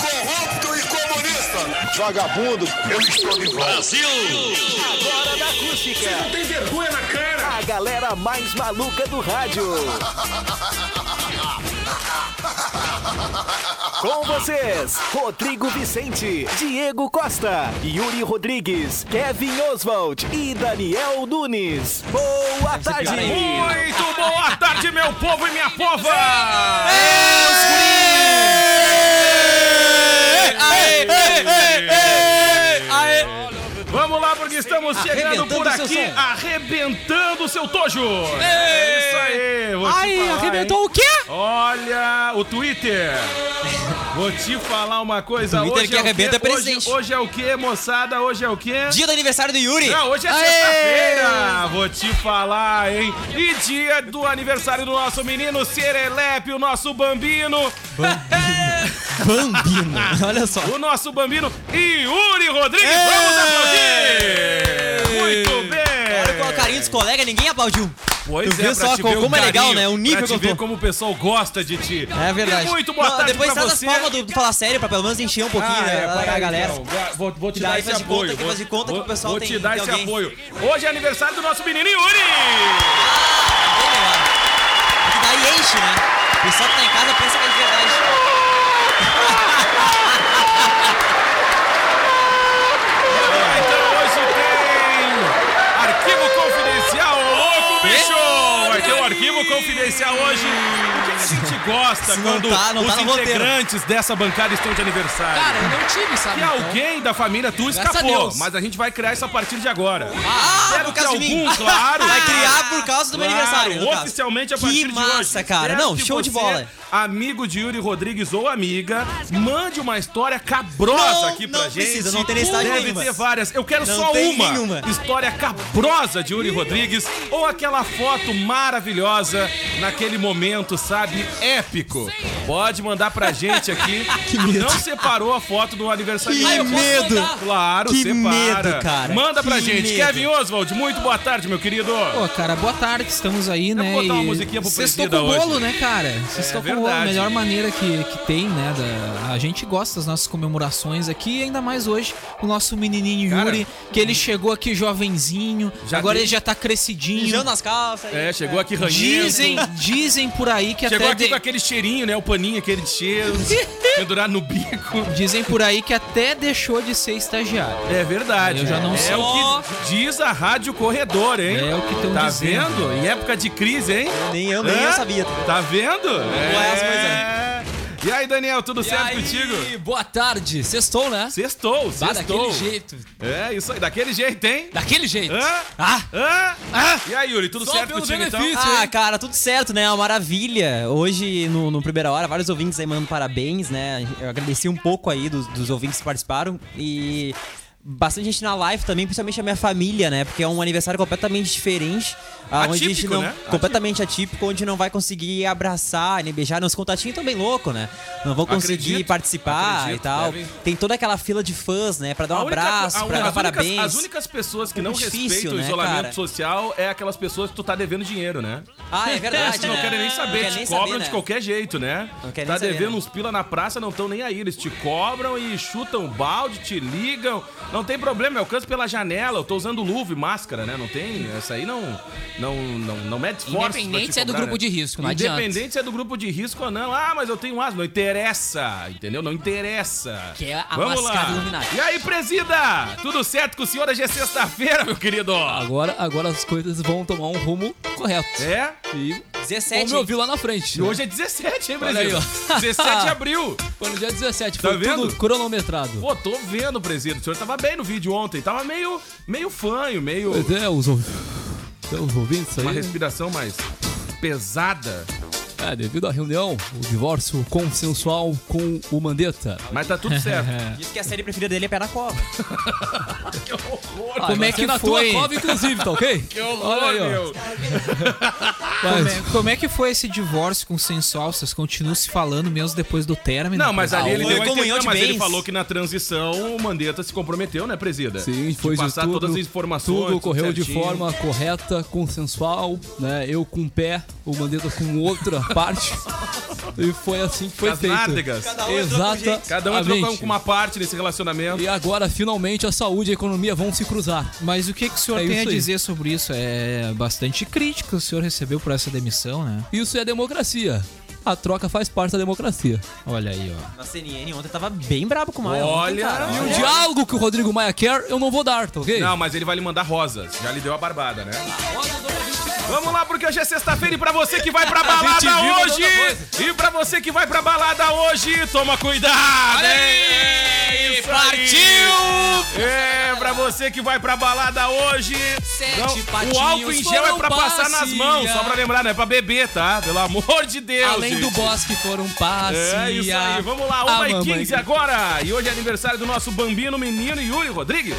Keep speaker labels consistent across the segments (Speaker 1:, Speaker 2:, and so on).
Speaker 1: corrupto e comunista.
Speaker 2: Vagabundo, eu estou de volta.
Speaker 3: A galera mais maluca do rádio. Com vocês, Rodrigo Vicente, Diego Costa, Yuri Rodrigues, Kevin Oswald e Daniel Nunes. Boa tarde!
Speaker 4: Muito boa tarde, meu povo e minha pova! Vamos lá, porque estamos chegando por aqui, arrebentando o seu tojo! É isso aí! vou te
Speaker 5: Ai,
Speaker 4: falar,
Speaker 5: arrebentou
Speaker 4: hein?
Speaker 5: o quê?
Speaker 4: Olha o Twitter! Vou te falar uma coisa
Speaker 5: Twitter
Speaker 4: hoje.
Speaker 5: que
Speaker 4: é o quê?
Speaker 5: arrebenta é
Speaker 4: Hoje-
Speaker 5: presente.
Speaker 4: Hoje, é o que, moçada? Hoje é o quê?
Speaker 5: Dia do aniversário do Yuri.
Speaker 4: Não, hoje é
Speaker 5: Aê!
Speaker 4: sexta-feira, vou te falar, hein? E dia do aniversário do nosso menino Serelepe, o nosso bambino,
Speaker 5: Bambino, olha só.
Speaker 4: o nosso bambino Yuri Rodrigues. Vamos aplaudir! Muito
Speaker 5: Olha com o
Speaker 4: bem!
Speaker 5: carinho dos colegas, ninguém aplaudiu.
Speaker 4: Pois
Speaker 5: Tu viu só
Speaker 4: te
Speaker 5: como-
Speaker 4: ver o
Speaker 5: como é legal, né? O nível
Speaker 4: pra te
Speaker 5: que eu
Speaker 4: ver
Speaker 5: tô.
Speaker 4: como o pessoal gosta de ti.
Speaker 5: É verdade.
Speaker 4: E muito boa
Speaker 5: Não,
Speaker 4: tarde
Speaker 5: Depois
Speaker 4: pra
Speaker 5: traz
Speaker 4: você.
Speaker 5: as palmas do, do Falar Sério pra pelo menos encher um pouquinho né,
Speaker 4: é,
Speaker 5: a-
Speaker 4: para
Speaker 5: a
Speaker 4: aí,
Speaker 5: galera.
Speaker 4: então. Ga- Vou, vou te
Speaker 5: E
Speaker 4: dar
Speaker 5: daí
Speaker 4: esse
Speaker 5: faz de
Speaker 4: apoio.
Speaker 5: conta que-
Speaker 4: vou,
Speaker 5: faz de conta que o
Speaker 4: vou-
Speaker 5: pessoal
Speaker 4: vou
Speaker 5: tem-
Speaker 4: te dar
Speaker 5: tem
Speaker 4: esse
Speaker 5: alguém.
Speaker 4: apoio. Hoje é aniversário do nosso menino Yuri.
Speaker 5: Bem legal. É que daí enche, né? O pessoal que tá em casa pensa que é de verdade.
Speaker 4: Ah, Então hoje tem arquivo confidencial, ô louco bicho! Vai ter um arquivo confidencial hoje. O que que a gente gosta
Speaker 5: Se não
Speaker 4: quando
Speaker 5: tá, não
Speaker 4: os
Speaker 5: tá no roteiro.
Speaker 4: integrantes dessa bancada estão de aniversário?
Speaker 6: Cara, eu não tive, sabe?
Speaker 4: que
Speaker 5: é
Speaker 6: então?
Speaker 4: alguém da família tu
Speaker 6: Graças a
Speaker 4: escapou,
Speaker 6: Deus.
Speaker 4: mas a gente vai criar isso a partir de agora.
Speaker 5: Ah,
Speaker 4: Espero
Speaker 5: por
Speaker 4: que
Speaker 5: causa de mim.
Speaker 4: algum, claro.
Speaker 5: Vai criar por causa do meu
Speaker 4: Claro,
Speaker 5: aniversário. no caso.
Speaker 4: Oficialmente a
Speaker 5: Que
Speaker 4: partir de hoje.
Speaker 5: massa, cara.
Speaker 4: Espero
Speaker 5: Não,
Speaker 4: que
Speaker 5: show de
Speaker 4: você,
Speaker 5: bola.
Speaker 4: Amigo de Yuri Rodrigues ou amiga, mande uma história cabrosa
Speaker 5: Não,
Speaker 4: aqui pra
Speaker 5: não
Speaker 4: gente.
Speaker 5: precisa, não tem necessidade
Speaker 4: Deve
Speaker 5: nenhuma.
Speaker 4: ter várias. Eu quero
Speaker 5: Não
Speaker 4: só
Speaker 5: tem
Speaker 4: uma.
Speaker 5: nenhuma.
Speaker 4: História cabrosa de Yuri Rodrigues ou aquela foto maravilhosa naquele momento, sabe, épico. Pode mandar pra gente aqui.
Speaker 5: Que medo.
Speaker 4: Não separou a foto do aniversário.
Speaker 5: Que medo.
Speaker 4: Claro,
Speaker 5: Que
Speaker 4: separa.
Speaker 5: medo, cara.
Speaker 4: Manda pra
Speaker 5: Que
Speaker 4: gente.
Speaker 5: medo.
Speaker 4: Kevin Oswald, muito boa tarde, meu querido.
Speaker 6: Pô, cara, boa tarde, estamos aí, né?
Speaker 4: botar uma
Speaker 6: e
Speaker 4: musiquinha pro
Speaker 6: Sextou
Speaker 4: presida
Speaker 6: com bolo,
Speaker 4: hoje. É
Speaker 6: né, cara? Sextou com bolo, a
Speaker 4: verdade.
Speaker 6: melhor maneira que, que tem, né? da- a gente gosta das nossas comemorações aqui, ainda mais hoje, o nosso menininho
Speaker 4: Cara,
Speaker 6: Yuri, que ele chegou aqui jovenzinho,
Speaker 4: Já
Speaker 6: agora
Speaker 4: tem-
Speaker 6: ele já tá crescidinho.
Speaker 5: Mijando nas calças.
Speaker 4: É, chegou aqui ranhento.
Speaker 6: Dizem, dizem por aí que
Speaker 4: Chegou
Speaker 6: até...
Speaker 4: aqui
Speaker 6: de-
Speaker 4: com aquele cheirinho, né? O paninho, aquele de cheiro. pendurado no bico.
Speaker 6: Dizem por aí que até deixou de ser estagiário.
Speaker 4: É verdade.
Speaker 6: Eu já não
Speaker 4: é
Speaker 6: sei.
Speaker 4: o que diz a Rádio Corredor, hein?
Speaker 6: É o que estão
Speaker 4: Tá
Speaker 6: dizendo.
Speaker 4: vendo? Em época de crise, hein?
Speaker 5: Nem eu, nem
Speaker 4: Hã?
Speaker 5: eu sabia.
Speaker 4: Tá vendo? É.
Speaker 5: é as
Speaker 4: E aí, Daniel, tudo certo contigo?
Speaker 7: Boa tarde, sextou, né?
Speaker 4: Sextou,
Speaker 7: Bah,
Speaker 4: sextou.
Speaker 7: daquele jeito.
Speaker 4: É, isso aí. Daquele jeito, hein?
Speaker 7: Daquele jeito.
Speaker 4: Hã?
Speaker 5: Ah.
Speaker 4: Hã? E aí, Yuri, tudo
Speaker 7: Só
Speaker 4: certo
Speaker 7: pelo
Speaker 4: contigo, então?
Speaker 7: benefício.
Speaker 5: Ah,
Speaker 7: hein?
Speaker 5: cara, tudo certo, né? Uma maravilha. Hoje, no, no Primeira Hora, vários ouvintes aí mandando parabéns, né? Eu agradeci um pouco aí dos, dos ouvintes que participaram e bastante gente na live também, principalmente a minha família, né? Porque é um aniversário completamente diferente. ah, onde a gente
Speaker 4: Atípico,
Speaker 5: não,
Speaker 4: né?
Speaker 5: Completamente atípico, onde não vai conseguir abraçar, nem beijar. Nos contatinhos estão bem loucos, né? Não vão conseguir
Speaker 4: Acredito,
Speaker 5: participar
Speaker 4: acredito,
Speaker 5: e tal.
Speaker 4: devem.
Speaker 5: Tem toda aquela fila de fãs, né? Pra dar um
Speaker 4: A única-
Speaker 5: abraço,
Speaker 4: a un-
Speaker 5: pra dar
Speaker 4: as únicas-
Speaker 5: parabéns.
Speaker 4: as únicas pessoas que
Speaker 5: É
Speaker 4: não
Speaker 5: difícil,
Speaker 4: respeitam o
Speaker 5: né,
Speaker 4: isolamento
Speaker 5: cara?
Speaker 4: social é aquelas pessoas que tu tá devendo dinheiro, né?
Speaker 5: Ah, é verdade.
Speaker 4: Elas não
Speaker 5: né?
Speaker 4: querem nem
Speaker 5: Não
Speaker 4: saber,
Speaker 5: querem nem
Speaker 4: te cobram
Speaker 5: saber,
Speaker 4: de
Speaker 5: né?
Speaker 4: qualquer jeito, né?
Speaker 5: Não querem
Speaker 4: Tá
Speaker 5: nem saber,
Speaker 4: devendo
Speaker 5: né?
Speaker 4: uns pila na praça, não estão nem aí. Eles te cobram e chutam um balde, te ligam. Não tem problema, eu alcanço pela janela. Eu tô usando luva e máscara, né? Não tem. Essa aí não. Não, não, não mede esforço.
Speaker 7: Independente se é do grupo de risco, não adianta.
Speaker 4: né? Independente se é do grupo de risco ou não. Ah, mas eu tenho asma. Não interessa, entendeu? Não interessa.
Speaker 7: Que é a
Speaker 4: Vamos lá.
Speaker 7: mascada Illuminati.
Speaker 4: E aí, presida? Tudo certo com o senhor? Hoje é sexta-feira, meu querido.
Speaker 7: Agora, agora as coisas vão tomar um rumo correto.
Speaker 4: É?
Speaker 7: E vão
Speaker 5: 17.
Speaker 7: me ouvir lá na frente.
Speaker 4: E hoje é 17, hein,
Speaker 7: Olha aí,
Speaker 4: presida?
Speaker 7: ó.
Speaker 4: 17 de abril.
Speaker 7: Foi no dia 17,
Speaker 4: Tá
Speaker 7: foi tudo
Speaker 4: vendo?
Speaker 7: cronometrado.
Speaker 4: Pô, tô vendo, presídio. O senhor tava bem no vídeo ontem. Tava meio, meio fanho, meio.
Speaker 7: Meu Deus, ouv- Deus ouvintes aí.
Speaker 4: Uma respiração mais pesada.
Speaker 7: É, devido à reunião, o divórcio consensual com o Mandetta.
Speaker 4: Mas tá tudo certo.
Speaker 5: Diz que a série preferida dele é Pé na Cova.
Speaker 7: Ah,
Speaker 6: Como
Speaker 7: vai
Speaker 6: é
Speaker 7: ser
Speaker 6: que
Speaker 7: na
Speaker 6: foi?
Speaker 7: tua cova, inclusive, tá ok?
Speaker 4: Que horror,
Speaker 7: Olha aí, ó.
Speaker 4: meu.
Speaker 6: Como é, como é que foi esse divórcio consensual? Vocês continuam se falando mesmo depois do término?
Speaker 4: Não, mas ali
Speaker 5: Ah,
Speaker 4: ele
Speaker 5: foi
Speaker 4: deu a
Speaker 5: comunhão
Speaker 4: entender,
Speaker 5: de
Speaker 4: mas ele
Speaker 5: bens.
Speaker 4: falou que na transição o Mandetta se comprometeu, né, presida?
Speaker 7: Ah, Sim,
Speaker 4: De
Speaker 7: foi de
Speaker 4: passar
Speaker 7: tudo,
Speaker 4: todas as informações.
Speaker 7: Tudo ocorreu de
Speaker 4: certinho.
Speaker 7: forma correta, consensual, né? Eu com um pé, o Mandetta com outra parte. E foi assim que
Speaker 4: Com
Speaker 7: foi
Speaker 4: as
Speaker 7: feito.
Speaker 4: nádegas. Cada um,
Speaker 7: Exata.
Speaker 4: entrou com uma parte nesse relacionamento.
Speaker 7: E agora, finalmente, a saúde e a economia vão se cruzar.
Speaker 6: Mas o que, que o senhor
Speaker 7: É
Speaker 6: tem a
Speaker 7: isso aí.
Speaker 6: dizer sobre isso? É bastante crítica o senhor recebeu por essa demissão, né?
Speaker 7: Isso é democracia. A troca faz parte da democracia.
Speaker 6: Olha aí, ó.
Speaker 5: Na CNN ontem tava bem brabo com o
Speaker 7: é
Speaker 5: Maia. ontem,
Speaker 4: Olha,
Speaker 5: cara.
Speaker 4: e
Speaker 7: O
Speaker 4: o dia-
Speaker 7: Um diálogo que o Rodrigo Maia quer, eu não vou dar, tá ok?
Speaker 4: Não, mas ele vai lhe mandar rosas. Já lhe deu a barbada, né? Vamos lá, porque hoje é sexta-feira e pra você que vai pra balada
Speaker 7: vive uma
Speaker 4: hoje...
Speaker 7: outra coisa.
Speaker 4: E pra você que vai pra balada hoje, toma cuidado, hein? É isso aí. É, pra você que vai pra balada hoje...
Speaker 7: Sete
Speaker 4: o álcool em gel é pra
Speaker 7: foram
Speaker 4: passar nas mãos, só pra lembrar, não é pra beber, tá? Pelo amor de Deus,
Speaker 7: Além do
Speaker 4: gente.
Speaker 7: bosque
Speaker 6: um
Speaker 7: foram passear.
Speaker 4: É isso aí, vamos lá,
Speaker 7: A
Speaker 4: 1 e
Speaker 7: Ah, mamãe
Speaker 4: 15 agora. E hoje é aniversário do nosso bambino menino Yuri Rodrigues.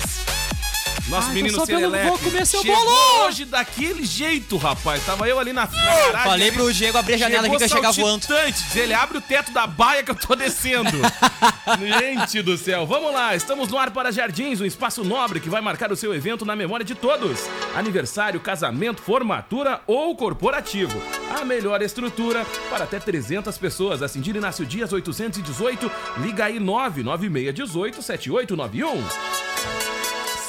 Speaker 4: Nosso menino
Speaker 7: só pelo-
Speaker 4: Serelepe.
Speaker 7: vou comer seu
Speaker 4: Chegou
Speaker 7: bolo.
Speaker 4: hoje daquele jeito, rapaz. Tava eu ali na na garagem.
Speaker 5: Falei
Speaker 4: ele
Speaker 5: pro Diego abrir a janela aqui que eu chegar voando.
Speaker 4: saltitante. Diz ele, abre o teto da baia que eu tô descendo. Gente do céu, vamos lá. Estamos no ar para Jardins, um espaço nobre que vai marcar o seu evento na memória de todos. Aniversário, casamento, formatura ou corporativo. A melhor estrutura para até 300 pessoas. Ascendir Inácio Dias 818, liga aí 99618 7891.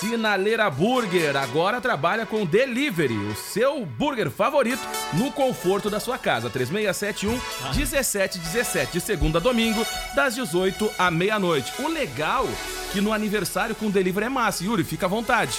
Speaker 4: Sinaleira Burger agora trabalha com delivery, o seu burger favorito no conforto da sua casa. 3671 1717 de um, segunda a domingo, das 18 à meia-noite. O legal é que no aniversário com delivery é massa, Yuri, fica à vontade.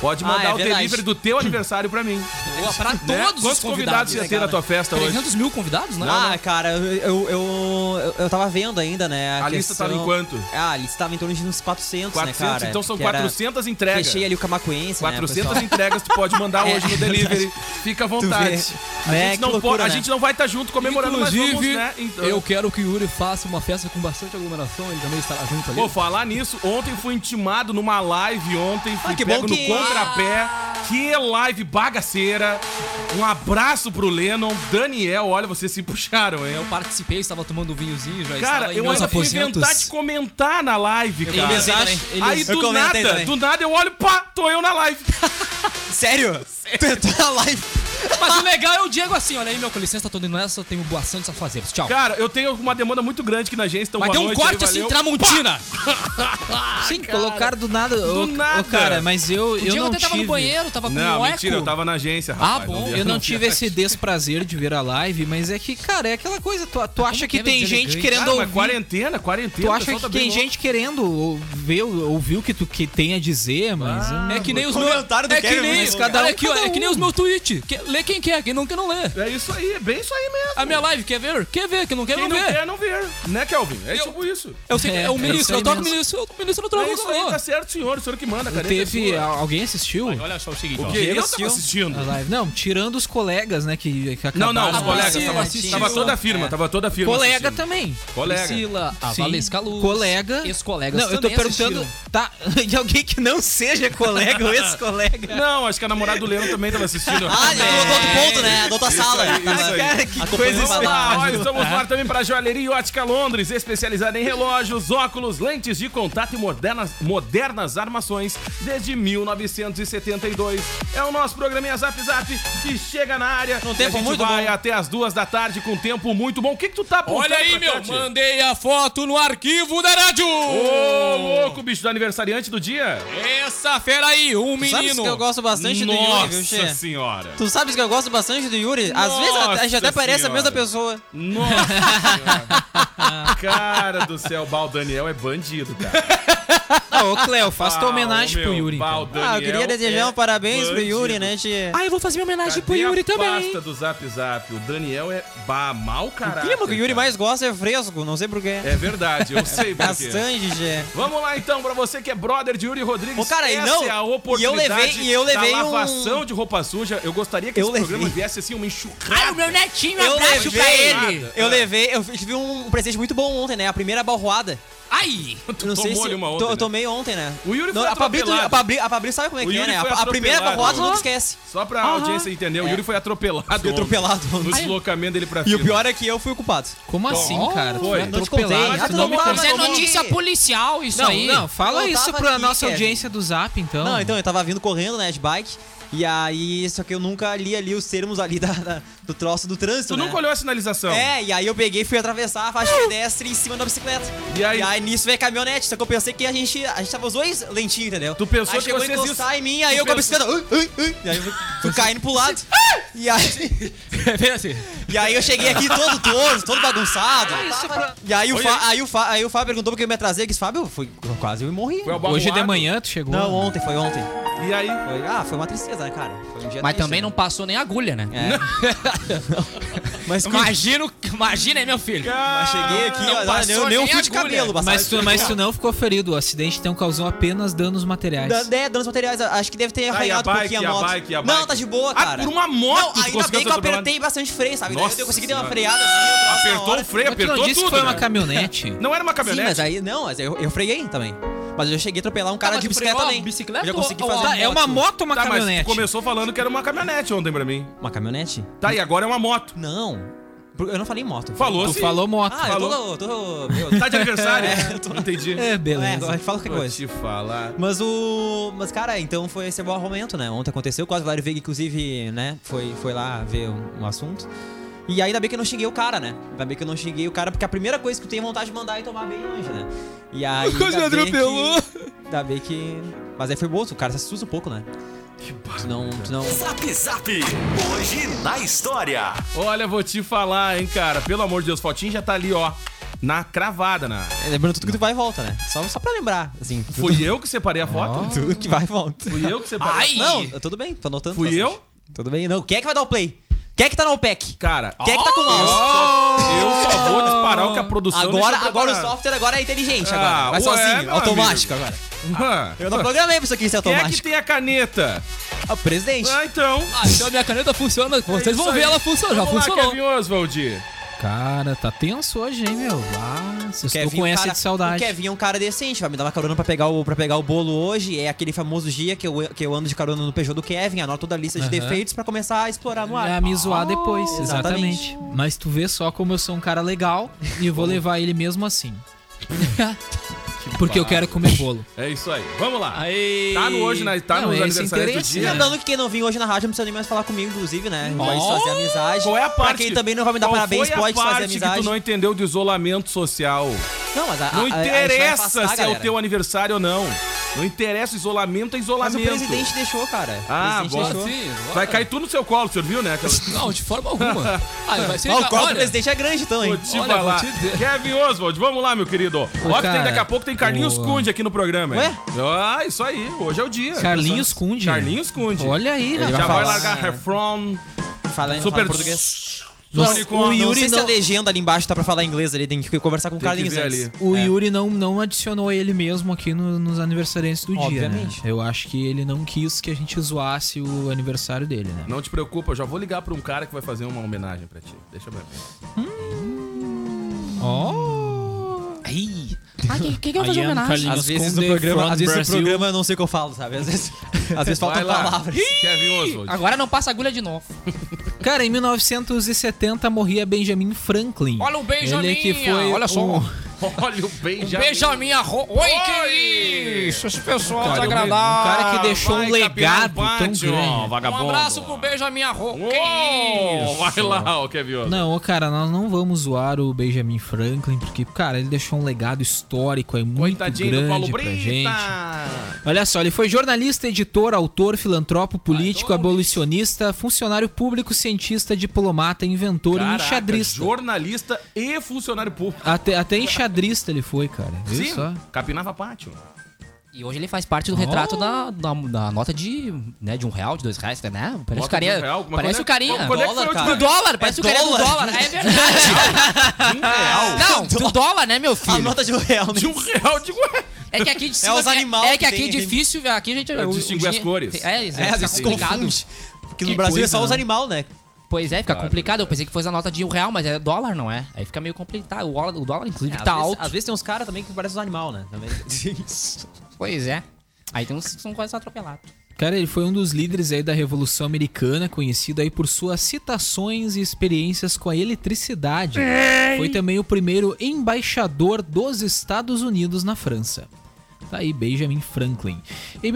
Speaker 4: Pode
Speaker 5: Ah,
Speaker 4: mandar
Speaker 5: é
Speaker 4: o
Speaker 5: verdade.
Speaker 4: delivery do teu aniversário pra mim.
Speaker 7: Boa pra todos
Speaker 4: Né?
Speaker 7: os
Speaker 4: Quantos convidados
Speaker 7: convidados.
Speaker 4: ia
Speaker 7: né,
Speaker 4: ter na
Speaker 7: cara?
Speaker 4: tua festa hoje?
Speaker 7: 300 mil convidados, né?
Speaker 5: ah, cara, eu, eu, eu, eu tava vendo ainda, né?
Speaker 4: A lista tava em quanto?
Speaker 5: Ah, a lista tava em torno de uns 400,
Speaker 4: 400,
Speaker 5: né, cara?
Speaker 4: então são
Speaker 5: Que era-
Speaker 4: 400 entregas.
Speaker 5: Fechei ali o Camacuense,
Speaker 4: 400
Speaker 5: né, pessoal?
Speaker 4: entregas tu pode mandar
Speaker 5: É,
Speaker 4: hoje no delivery. Fica à
Speaker 5: Tu vê,
Speaker 4: vontade.
Speaker 5: né,
Speaker 4: a,
Speaker 5: que
Speaker 4: gente não
Speaker 5: loucura,
Speaker 4: pode- a
Speaker 5: né?
Speaker 4: gente não vai estar junto comemorando,
Speaker 7: Inclusive,
Speaker 4: mas vamos, né? Então-
Speaker 7: eu quero que o Yuri faça uma festa com bastante aglomeração, ele também estará junto ali.
Speaker 4: Pô, falar nisso, ontem fui intimado numa live ontem, fui
Speaker 5: Ah, que bom
Speaker 4: pego no
Speaker 5: que-
Speaker 4: contrapé. Que live bagaceira. Um abraço pro Lennon, Daniel, olha, vocês se puxaram, hein?
Speaker 7: Eu participei, estava tomando um vinhozinho, já
Speaker 4: Cara,
Speaker 7: estava em
Speaker 4: eu
Speaker 7: meus
Speaker 4: ainda fui
Speaker 7: aposentos.
Speaker 4: inventar de comentar na live, cara.
Speaker 5: Eles acham- eles-
Speaker 4: Aí
Speaker 5: Eu
Speaker 4: do
Speaker 5: comentei
Speaker 4: nada,
Speaker 5: também.
Speaker 4: do nada eu olho, pá, tô eu na live.
Speaker 5: Sério? Tu entrou na live.
Speaker 7: Mas o legal é o Diego assim, olha aí, meu, com licença, tô indo nessa, eu tenho bastante a fazer. Tchau.
Speaker 4: Cara, eu tenho uma demanda muito grande aqui na agência, então
Speaker 7: Mas
Speaker 4: boa
Speaker 7: deu um
Speaker 4: noite,
Speaker 7: corte
Speaker 4: aí,
Speaker 7: assim,
Speaker 4: valeu. Ah,
Speaker 7: Tramontina.
Speaker 6: Sim, colocaram do nada. Do
Speaker 4: nada.
Speaker 6: cara, mas eu,
Speaker 7: O
Speaker 6: eu
Speaker 7: Diego
Speaker 6: não
Speaker 7: até tava no
Speaker 6: tive...
Speaker 7: banheiro, tava com
Speaker 4: Não,
Speaker 7: um eco.
Speaker 4: mentira, eu tava na agência,
Speaker 7: Ah,
Speaker 4: rapaz.
Speaker 7: bom,
Speaker 4: vi-
Speaker 6: Eu não
Speaker 4: vi-
Speaker 6: tive esse desprazer de ver a live, mas é que, cara, é aquela coisa, tu, tu acha que
Speaker 7: que é
Speaker 6: tem
Speaker 7: deselegante?
Speaker 4: Cara,
Speaker 6: gente querendo
Speaker 4: mas
Speaker 6: ouvir.
Speaker 4: quarentena, quarentena.
Speaker 6: Tu
Speaker 4: o
Speaker 6: acha
Speaker 4: pessoal
Speaker 6: que
Speaker 4: tá bem
Speaker 6: tem
Speaker 4: louco.
Speaker 6: gente querendo ou- ver, ouvir o que tu que tem a dizer, mas.
Speaker 4: Ah,
Speaker 7: É que nem os meus.
Speaker 5: Comentário do
Speaker 7: É que
Speaker 5: Kevin,
Speaker 4: né,
Speaker 7: nem,
Speaker 5: mas
Speaker 6: cada um-
Speaker 7: olha aqui, ó,
Speaker 6: cada
Speaker 7: é que nem
Speaker 6: um.
Speaker 7: os meus tweets. Que- Lê quem quer, quem não quer não lê.
Speaker 4: É isso aí, é bem isso aí mesmo.
Speaker 7: A minha live, quer ver? Quer ver, quem não quer
Speaker 4: Quem
Speaker 7: não
Speaker 4: não
Speaker 7: vê.
Speaker 4: quer, não ver. Né, Kelvin? É
Speaker 7: Eu-
Speaker 4: tipo isso.
Speaker 7: Eu sei que é
Speaker 6: É,
Speaker 7: o
Speaker 6: é isso
Speaker 7: ministro,
Speaker 6: aí
Speaker 7: eu toco o
Speaker 6: mesmo.
Speaker 7: ministro, o ministro não
Speaker 4: É
Speaker 7: troca
Speaker 4: isso aí,
Speaker 7: o
Speaker 4: tá certo, senhor. O senhor que manda, cara.
Speaker 6: Teve.
Speaker 4: É sua.
Speaker 6: Alguém assistiu?
Speaker 7: Olha só o seguinte,
Speaker 4: O que? Eu tava assistindo.
Speaker 6: a live? Não, tirando os colegas, né? Que, que
Speaker 4: Não, não,
Speaker 6: acabaram
Speaker 4: os
Speaker 6: a
Speaker 4: colegas.
Speaker 6: live.
Speaker 7: sim,
Speaker 4: Tava,
Speaker 7: sim.
Speaker 4: tava toda a firma,
Speaker 7: É.
Speaker 4: tava toda a firma.
Speaker 6: Colega
Speaker 4: assistindo.
Speaker 6: também.
Speaker 4: Colega.
Speaker 7: Priscila, a
Speaker 6: Sim.
Speaker 7: Valesca Luz.
Speaker 6: Colega.
Speaker 7: Ex-colegas
Speaker 6: Não, eu tô
Speaker 7: também
Speaker 6: perguntando. Tá, de alguém que não seja colega ou ex-colega.
Speaker 4: Não, acho que a namorada do Leandro também tava assistindo.
Speaker 5: Ah, ele do outro ponto, né? Da outra sala.
Speaker 4: aí, isso aí.
Speaker 6: Cara, que
Speaker 5: Acompanhando
Speaker 6: coisa
Speaker 5: uma
Speaker 4: Vamos lá,
Speaker 5: live.
Speaker 4: olha, estamos no ar também para Joalheria e Ótica Londres, especializada em relógios, óculos, lentes de contato e modernas, modernas armações desde 1972. É o nosso programinha Zap Zap que chega na área.
Speaker 5: Um
Speaker 4: Não
Speaker 5: tempo
Speaker 4: a gente
Speaker 5: muito
Speaker 4: vai
Speaker 5: bom.
Speaker 4: até as duas da tarde com um tempo muito bom. O que que tu tá apontando
Speaker 7: Olha aí,
Speaker 4: pra cá,
Speaker 7: meu,
Speaker 4: Tchê?
Speaker 7: mandei a foto no arquivo da rádio.
Speaker 4: Ô, louco, bicho do aniversariante do dia.
Speaker 7: Essa fera aí, um
Speaker 5: Sabe
Speaker 7: menino.
Speaker 5: que eu gosto bastante do Yuri, viu,
Speaker 4: Nossa
Speaker 5: Che?
Speaker 4: senhora.
Speaker 5: Tu sabes que eu gosto bastante do Yuri? Às vezes a- a gente até
Speaker 4: Nossa
Speaker 5: parece a
Speaker 4: Senhora.
Speaker 5: mesma pessoa.
Speaker 4: Nossa senhora. Cara do céu, Bal Daniel é bandido, cara.
Speaker 5: Não,
Speaker 6: Ô, Cléo, faz tua
Speaker 4: Ah,
Speaker 6: homenagem pro
Speaker 4: meu
Speaker 6: Yuri. então.
Speaker 4: pau,
Speaker 5: Ah, eu queria
Speaker 4: Daniel
Speaker 5: desejar
Speaker 4: é
Speaker 5: um parabéns pro Yuri,
Speaker 4: bandido.
Speaker 5: né, tia?
Speaker 6: Ah, eu vou fazer minha homenagem pro
Speaker 4: Cadê
Speaker 6: Yuri
Speaker 4: a
Speaker 6: também.
Speaker 4: pasta do Zap Zap. O Daniel é bah, mau
Speaker 5: O
Speaker 4: caráter.
Speaker 5: clima que o
Speaker 4: cara.
Speaker 5: Yuri mais gosta é fresco, não sei porquê.
Speaker 4: É verdade, eu sei por quê.
Speaker 5: Castanho, Gê.
Speaker 4: Vamos lá então, pra você que é brother de Yuri Rodrigues.
Speaker 5: Ô, cara, e
Speaker 4: essa
Speaker 5: não,
Speaker 4: é a
Speaker 5: e eu
Speaker 4: oportunidade
Speaker 5: levei- e eu levei
Speaker 4: da
Speaker 5: um-
Speaker 4: lavação de roupa suja. Eu gostaria que
Speaker 5: Eu
Speaker 4: esse programa
Speaker 5: levei.
Speaker 4: viesse assim uma enxurrada.
Speaker 6: meu netinho,
Speaker 5: Eu levei,
Speaker 4: ele.
Speaker 5: eu levei, eu tive um presente muito bom ontem, né? A primeira balroada.
Speaker 6: Ai!
Speaker 4: Tu
Speaker 5: Não sei se
Speaker 4: tomou-lhe uma
Speaker 5: to-
Speaker 4: outra,
Speaker 5: eu
Speaker 4: né?
Speaker 5: tomei ontem, né?
Speaker 4: O Yuri
Speaker 5: não,
Speaker 4: foi
Speaker 5: a Pabrito, a,
Speaker 4: atropelado.
Speaker 5: Pabri, a Pabrito sabe como é
Speaker 4: O
Speaker 5: que é,
Speaker 4: Yuri
Speaker 5: né?
Speaker 4: foi
Speaker 5: A, a primeira
Speaker 4: atropelado. Ah,
Speaker 5: balroada nunca esquece.
Speaker 4: né? Só pra audiência entender, o Yuri foi atropelado.
Speaker 5: Foi É. atropelado
Speaker 4: ontem, No
Speaker 5: ontem.
Speaker 4: deslocamento dele pra
Speaker 5: E
Speaker 4: fila.
Speaker 5: o pior é que eu fui o culpado.
Speaker 7: Como assim, cara? Tu
Speaker 4: foi.
Speaker 7: foi
Speaker 5: Não te
Speaker 7: atropelado. é
Speaker 5: contei. Ah, tu
Speaker 7: não me
Speaker 5: tava,
Speaker 7: contou.
Speaker 5: eu não vi.
Speaker 8: policial isso
Speaker 6: Não, não,
Speaker 5: Eu
Speaker 6: fala
Speaker 5: tava
Speaker 6: isso pra
Speaker 5: aqui,
Speaker 6: nossa
Speaker 5: Kevin.
Speaker 6: audiência do Zap, então.
Speaker 5: Não, então, eu tava vindo correndo, né, de bike. E aí, só que eu nunca li ali os termos ali da, da- do troço do trânsito,
Speaker 4: Tu
Speaker 5: né?
Speaker 4: nunca olhou a sinalização.
Speaker 5: É, e aí eu peguei e fui atravessar a faixa de pedestre em cima da bicicleta.
Speaker 4: E aí?
Speaker 5: nisso veio caminhonete, só que eu pensei que a gente, a gente tava os dois lentinho, entendeu?
Speaker 4: Tu pensou
Speaker 5: aí
Speaker 4: que
Speaker 5: chegou a
Speaker 4: vocês
Speaker 5: encostar
Speaker 4: iam-
Speaker 5: em mim, aí
Speaker 4: tu
Speaker 5: eu com a
Speaker 4: pensou- Ah!
Speaker 5: bicicleta... "Ui, ui, ui", e aí eu fui- fui caindo pro lado. e, aí,
Speaker 4: É
Speaker 7: Vem assim.
Speaker 5: e aí eu cheguei aqui todo torto, todo bagunçado. E aí o,
Speaker 4: Olha
Speaker 5: Fá, aí, o Fá, aí o Fábio perguntou porque eu me atrasei, eu disse, Fábio, foi, quase eu morri.
Speaker 4: Foi abalroado.
Speaker 6: Hoje de manhã tu chegou.
Speaker 5: Não, ontem, foi ontem.
Speaker 4: E aí?
Speaker 5: Foi- ah, foi uma tristeza, né, cara? Foi um dia
Speaker 8: Mas
Speaker 5: triste,
Speaker 8: também
Speaker 5: né?
Speaker 8: não passou nem agulha, né?
Speaker 5: É. Mas,
Speaker 8: Imagina, o- imagina aí, meu filho.
Speaker 5: mas cheguei aqui,
Speaker 8: Não
Speaker 5: ó,
Speaker 8: passou
Speaker 5: Ah, nem, nem um
Speaker 8: nem
Speaker 5: fio de
Speaker 8: agulha.
Speaker 5: cabelo,
Speaker 6: Mas tu,
Speaker 5: bastante.
Speaker 6: mas tu não ficou ferido. O acidente então causou apenas danos materiais.
Speaker 5: Da, é, danos materiais, acho que deve ter
Speaker 4: Tá, e a
Speaker 5: arranhado um
Speaker 4: bike,
Speaker 5: pouquinho
Speaker 4: e a
Speaker 5: a moto.
Speaker 4: bike, e a
Speaker 5: não,
Speaker 4: bike?
Speaker 5: tá de boa,
Speaker 4: Ah,
Speaker 5: cara.
Speaker 4: por uma moto tu
Speaker 5: Não, ainda
Speaker 4: conseguiu
Speaker 5: bem que eu
Speaker 4: ser atropelado.
Speaker 5: apertei bastante freio, sabe?
Speaker 4: Nossa
Speaker 5: Daí eu consegui
Speaker 4: senhora.
Speaker 5: dar uma freada assim. eu trouxe na
Speaker 4: Apertou
Speaker 5: hora.
Speaker 4: o freio,
Speaker 6: Mas tu não
Speaker 4: apertou
Speaker 6: disse que
Speaker 4: tudo.
Speaker 6: foi
Speaker 4: né?
Speaker 6: uma caminhonete?
Speaker 4: Não era uma
Speaker 5: Sim,
Speaker 4: caminhonete.
Speaker 5: mas aí, não, mas eu, eu freiei também. Mas eu cheguei a atropelar um cara
Speaker 8: mas
Speaker 5: de
Speaker 8: tu
Speaker 5: bicicleta
Speaker 8: freou a
Speaker 5: também.
Speaker 8: bicicleta
Speaker 5: Eu já
Speaker 8: ou-
Speaker 5: consegui
Speaker 8: ou a
Speaker 5: fazer.
Speaker 6: Tá, é uma moto ou uma
Speaker 4: Tá, mas tu
Speaker 6: caminhonete?
Speaker 4: começou falando que era uma caminhonete ontem pra mim.
Speaker 5: Uma caminhonete?
Speaker 4: Tá, e agora é uma moto.
Speaker 5: Não. Eu não falei moto. eu falei-
Speaker 4: Falou
Speaker 6: Tu
Speaker 4: sim.
Speaker 6: falou moto.
Speaker 5: Ah, eu tô. tô meu,
Speaker 4: Tá de aniversário?
Speaker 5: É, eu tô-
Speaker 4: Não entendi.
Speaker 6: É,
Speaker 5: é,
Speaker 6: beleza.
Speaker 5: agora fala qualquer
Speaker 4: Vou
Speaker 5: coisa.
Speaker 4: te falar.
Speaker 5: Mas o. Mas, cara, então foi esse bom momento, né? Ontem aconteceu, quase o Valério Veiga, inclusive, né? Foi, foi lá ver um, um assunto. E ainda bem que eu não xinguei o cara, né? Ainda bem que eu não xinguei o cara, porque a primeira coisa que eu tenho vontade de mandar é tomar bem longe, né? E aí.
Speaker 7: O cara
Speaker 5: ainda bem
Speaker 7: atropelou.
Speaker 5: que- Ainda bem que. Mas aí foi bom, o cara se assusta um pouco, né? Tu não. Tu não...
Speaker 3: Zap Zap. Hoje na história.
Speaker 4: Olha, vou te falar, hein, cara. Pelo amor de Deus, fotinho já tá ali, ó. Na cravada, na.
Speaker 5: Lembrando tudo que tu vai e volta, né? Só, só pra lembrar, assim. tudo-
Speaker 4: Fui eu que separei a foto?
Speaker 5: Tudo que vai e volta.
Speaker 4: Fui eu que separei.
Speaker 8: Ai!
Speaker 5: Não, tudo bem, tô anotando.
Speaker 4: Fui
Speaker 5: bastante.
Speaker 4: eu?
Speaker 5: Tudo bem, não. Quem é que vai dar o play? Quem é que tá no pack?
Speaker 4: Cara,
Speaker 5: Quem é que tá com o mouse?
Speaker 4: eu só vou disparar o que a produção.
Speaker 5: Agora,
Speaker 4: deixou
Speaker 5: agora o
Speaker 4: preparado.
Speaker 5: software agora é inteligente
Speaker 4: Ah,
Speaker 5: agora. Vai
Speaker 4: ué,
Speaker 5: sozinho,
Speaker 4: meu
Speaker 5: automático
Speaker 4: amigo.
Speaker 5: agora.
Speaker 4: Hã?
Speaker 5: Eu não programei pra isso aqui ser
Speaker 4: Quem é
Speaker 5: automático.
Speaker 4: que tem a caneta?
Speaker 5: Ah, O presidente.
Speaker 4: Ah, então.
Speaker 7: Ah, então minha caneta
Speaker 5: É
Speaker 7: funciona. Vocês vão
Speaker 4: Isso aí.
Speaker 7: ver ela funcionar. Já
Speaker 4: Vamos lá,
Speaker 7: funcionou.
Speaker 4: Kevin Oswald.
Speaker 6: Cara, tá tenso hoje, hein, meu? Ah, vocês estão
Speaker 5: é
Speaker 6: com
Speaker 5: um
Speaker 6: essa
Speaker 5: cara-
Speaker 6: de saudade.
Speaker 5: O Kevin é um cara decente, vai me dar uma carona pra pegar o, pra pegar o bolo hoje. É aquele famoso dia que eu, que eu ando de carona no Peugeot do Kevin, anoto toda a lista de defeitos pra começar a explorar no ar.
Speaker 6: Pra me zoar depois, Ah, exatamente.
Speaker 5: exatamente.
Speaker 6: Mas tu vê só como eu sou um cara legal e vou levar ele mesmo assim. Porque eu quero comer bolo.
Speaker 4: É isso aí. Vamos lá.
Speaker 7: Aí.
Speaker 4: Tá no hoje, né? Tá
Speaker 6: Não,
Speaker 4: nos
Speaker 6: esse
Speaker 4: aniversários do
Speaker 6: interesse,
Speaker 4: dia.
Speaker 6: né?
Speaker 5: Lembrando que quem não vinha hoje na rádio não precisa nem mais falar comigo, inclusive, né? Pode
Speaker 4: Oh!
Speaker 5: fazer amizade.
Speaker 4: Qual é a parte?
Speaker 5: pra quem também não vai me dar
Speaker 4: qual
Speaker 5: parabéns,
Speaker 4: foi a
Speaker 5: pode
Speaker 4: parte
Speaker 5: fazer
Speaker 4: que
Speaker 5: amizade.
Speaker 4: tu não entendeu do isolamento social.
Speaker 5: Não, mas a,
Speaker 4: Não
Speaker 5: a- a- a gente vai
Speaker 4: interessa
Speaker 5: afastar,
Speaker 4: se é o
Speaker 5: galera.
Speaker 4: teu aniversário ou não. Não interessa, isolamento é
Speaker 5: Mas o
Speaker 4: isolamento.
Speaker 5: presidente deixou, cara.
Speaker 4: Ah,
Speaker 5: o presidente
Speaker 4: bom.
Speaker 5: deixou.
Speaker 7: Sim, agora-
Speaker 4: Vai cair tudo no seu colo, o senhor viu, né? Aquela...
Speaker 7: Não, de forma alguma. Ah, vai ser.
Speaker 5: Ó, o colo do
Speaker 7: olha,
Speaker 5: presidente é grande, então,
Speaker 4: Vou
Speaker 5: hein?
Speaker 4: te
Speaker 7: Olha,
Speaker 4: falar.
Speaker 7: vou te dizer.
Speaker 4: Kevin Oswald, vamos lá, meu querido. Ó, que tem,
Speaker 6: cara,
Speaker 4: daqui a pouco tem Carlinhos
Speaker 6: o-
Speaker 4: Cunde aqui no programa.
Speaker 5: Ué?
Speaker 4: hein? Ah, isso aí. Hoje é o dia.
Speaker 6: Carlinhos Cunde.
Speaker 4: Carlinhos Cunde.
Speaker 6: Olha aí,
Speaker 5: Ele
Speaker 6: rapaz.
Speaker 5: vai
Speaker 4: Já vai
Speaker 5: falar.
Speaker 4: largar Reform.
Speaker 5: Fala,
Speaker 4: Super.
Speaker 5: Super... português.
Speaker 4: Unicorn.
Speaker 6: o
Speaker 5: Não
Speaker 6: Yuri
Speaker 5: sei se a
Speaker 6: não-
Speaker 5: legenda ali embaixo tá pra falar inglês ali, tem que conversar com o
Speaker 4: Tem que
Speaker 5: Carlinhos
Speaker 4: ver
Speaker 5: antes.
Speaker 4: ali.
Speaker 6: O Yuri não, não adicionou ele mesmo aqui no- nos aniversariantes do dia.
Speaker 5: Obviamente.
Speaker 6: Né? Eu acho que ele não quis que a gente zoasse o aniversário dele, né?
Speaker 4: Não te preocupa, eu já vou ligar pra um cara que vai fazer uma homenagem pra ti. Deixa eu ver.
Speaker 6: Oh! Ai,
Speaker 8: Ah, quem que, que eu vou fazer
Speaker 7: I am
Speaker 8: homenagem?
Speaker 7: Carlinhos
Speaker 5: Às vezes no
Speaker 7: Conde
Speaker 5: programa,
Speaker 7: from
Speaker 5: às vezes no
Speaker 7: Brazil.
Speaker 5: programa eu não sei o que eu falo, sabe? Às vezes, às vezes
Speaker 4: Vai
Speaker 5: faltam
Speaker 4: lá.
Speaker 5: palavras.
Speaker 4: Kevin Oswald.
Speaker 8: Agora não passa agulha de novo.
Speaker 6: Cara, em 1970 morria Benjamin Franklin.
Speaker 8: Olha o Benjamin,
Speaker 6: Ele que foi
Speaker 8: olha só. Um
Speaker 6: um-
Speaker 4: Olha o Benjamin.
Speaker 8: Benjamin Arro... Oi, que isso? Esse pessoal
Speaker 4: Olha,
Speaker 8: desagradável.
Speaker 6: um cara que deixou
Speaker 4: Vai,
Speaker 6: um legado
Speaker 4: Capitão
Speaker 6: tão
Speaker 4: Pátio,
Speaker 6: grande.
Speaker 4: Vagabundo.
Speaker 8: Um abraço pro Benjamin Arro...
Speaker 4: Uou,
Speaker 8: Que isso?
Speaker 4: Vai lá, o Kevin Oswald.
Speaker 6: Não, ô, cara, nós não vamos zoar o Benjamin Franklin, porque, cara, ele deixou um legado histórico aí muito
Speaker 4: Coitadinho do Paulo
Speaker 6: grande pra
Speaker 4: Brita.
Speaker 6: gente. Olha só, ele foi jornalista, editor, autor, filantropo, político, abolicionista, funcionário público, cientista, diplomata, inventor
Speaker 4: Caraca,
Speaker 6: e enxadrista.
Speaker 4: jornalista e funcionário público.
Speaker 6: Até, até enxadrista ele foi, cara. Viu
Speaker 4: Sim,
Speaker 6: só?
Speaker 4: capinava pátio.
Speaker 8: E hoje ele faz parte
Speaker 4: Ah.
Speaker 8: do retrato da, da, da nota de, né, de um real, de dois reais, né? Parece
Speaker 4: Nota
Speaker 8: o carinha.
Speaker 4: de um real? Mas quando
Speaker 8: parece
Speaker 4: é-
Speaker 8: o carinha.
Speaker 4: quando é que
Speaker 8: Dólar,
Speaker 4: foi a
Speaker 8: cara.
Speaker 4: última-
Speaker 8: Do dólar, parece
Speaker 5: É
Speaker 8: o carinha do
Speaker 5: dólar.
Speaker 8: dólar. É verdade. Não, do dólar, né, meu
Speaker 5: A
Speaker 8: filho?
Speaker 5: nota de um real, né?
Speaker 4: De um real de ué.
Speaker 8: É que aqui de
Speaker 5: É os animal
Speaker 8: é, que
Speaker 5: que
Speaker 8: aqui
Speaker 5: tem aqui.
Speaker 8: difícil, aqui a gente o- o
Speaker 4: distinguir as
Speaker 8: dinhe-
Speaker 4: cores.
Speaker 8: É,
Speaker 5: É, às
Speaker 8: exato.
Speaker 5: vezes se
Speaker 4: tá
Speaker 8: fica complicado.
Speaker 5: confunde. Porque
Speaker 8: Que
Speaker 5: no Brasil é só
Speaker 8: coisa,
Speaker 5: os
Speaker 8: né?
Speaker 5: animal, né?
Speaker 8: Pois é, fica complicado. Eu pensei que fosse a nota de um real, mas é dólar, não é? Aí fica meio complicado. O dólar, o dólar inclusive,
Speaker 5: É, às
Speaker 8: tá
Speaker 5: vezes-
Speaker 8: alto.
Speaker 5: Às vezes tem uns caras também que parecem uns animal, né? Também.
Speaker 8: Pois é. Aí tem uns que são quase atropelados.
Speaker 6: Cara, ele foi um dos líderes aí da Revolução Americana, conhecido aí por suas citações e experiências com a eletricidade. Foi também o primeiro embaixador dos Estados Unidos na França. Tá aí Benjamin Franklin. Em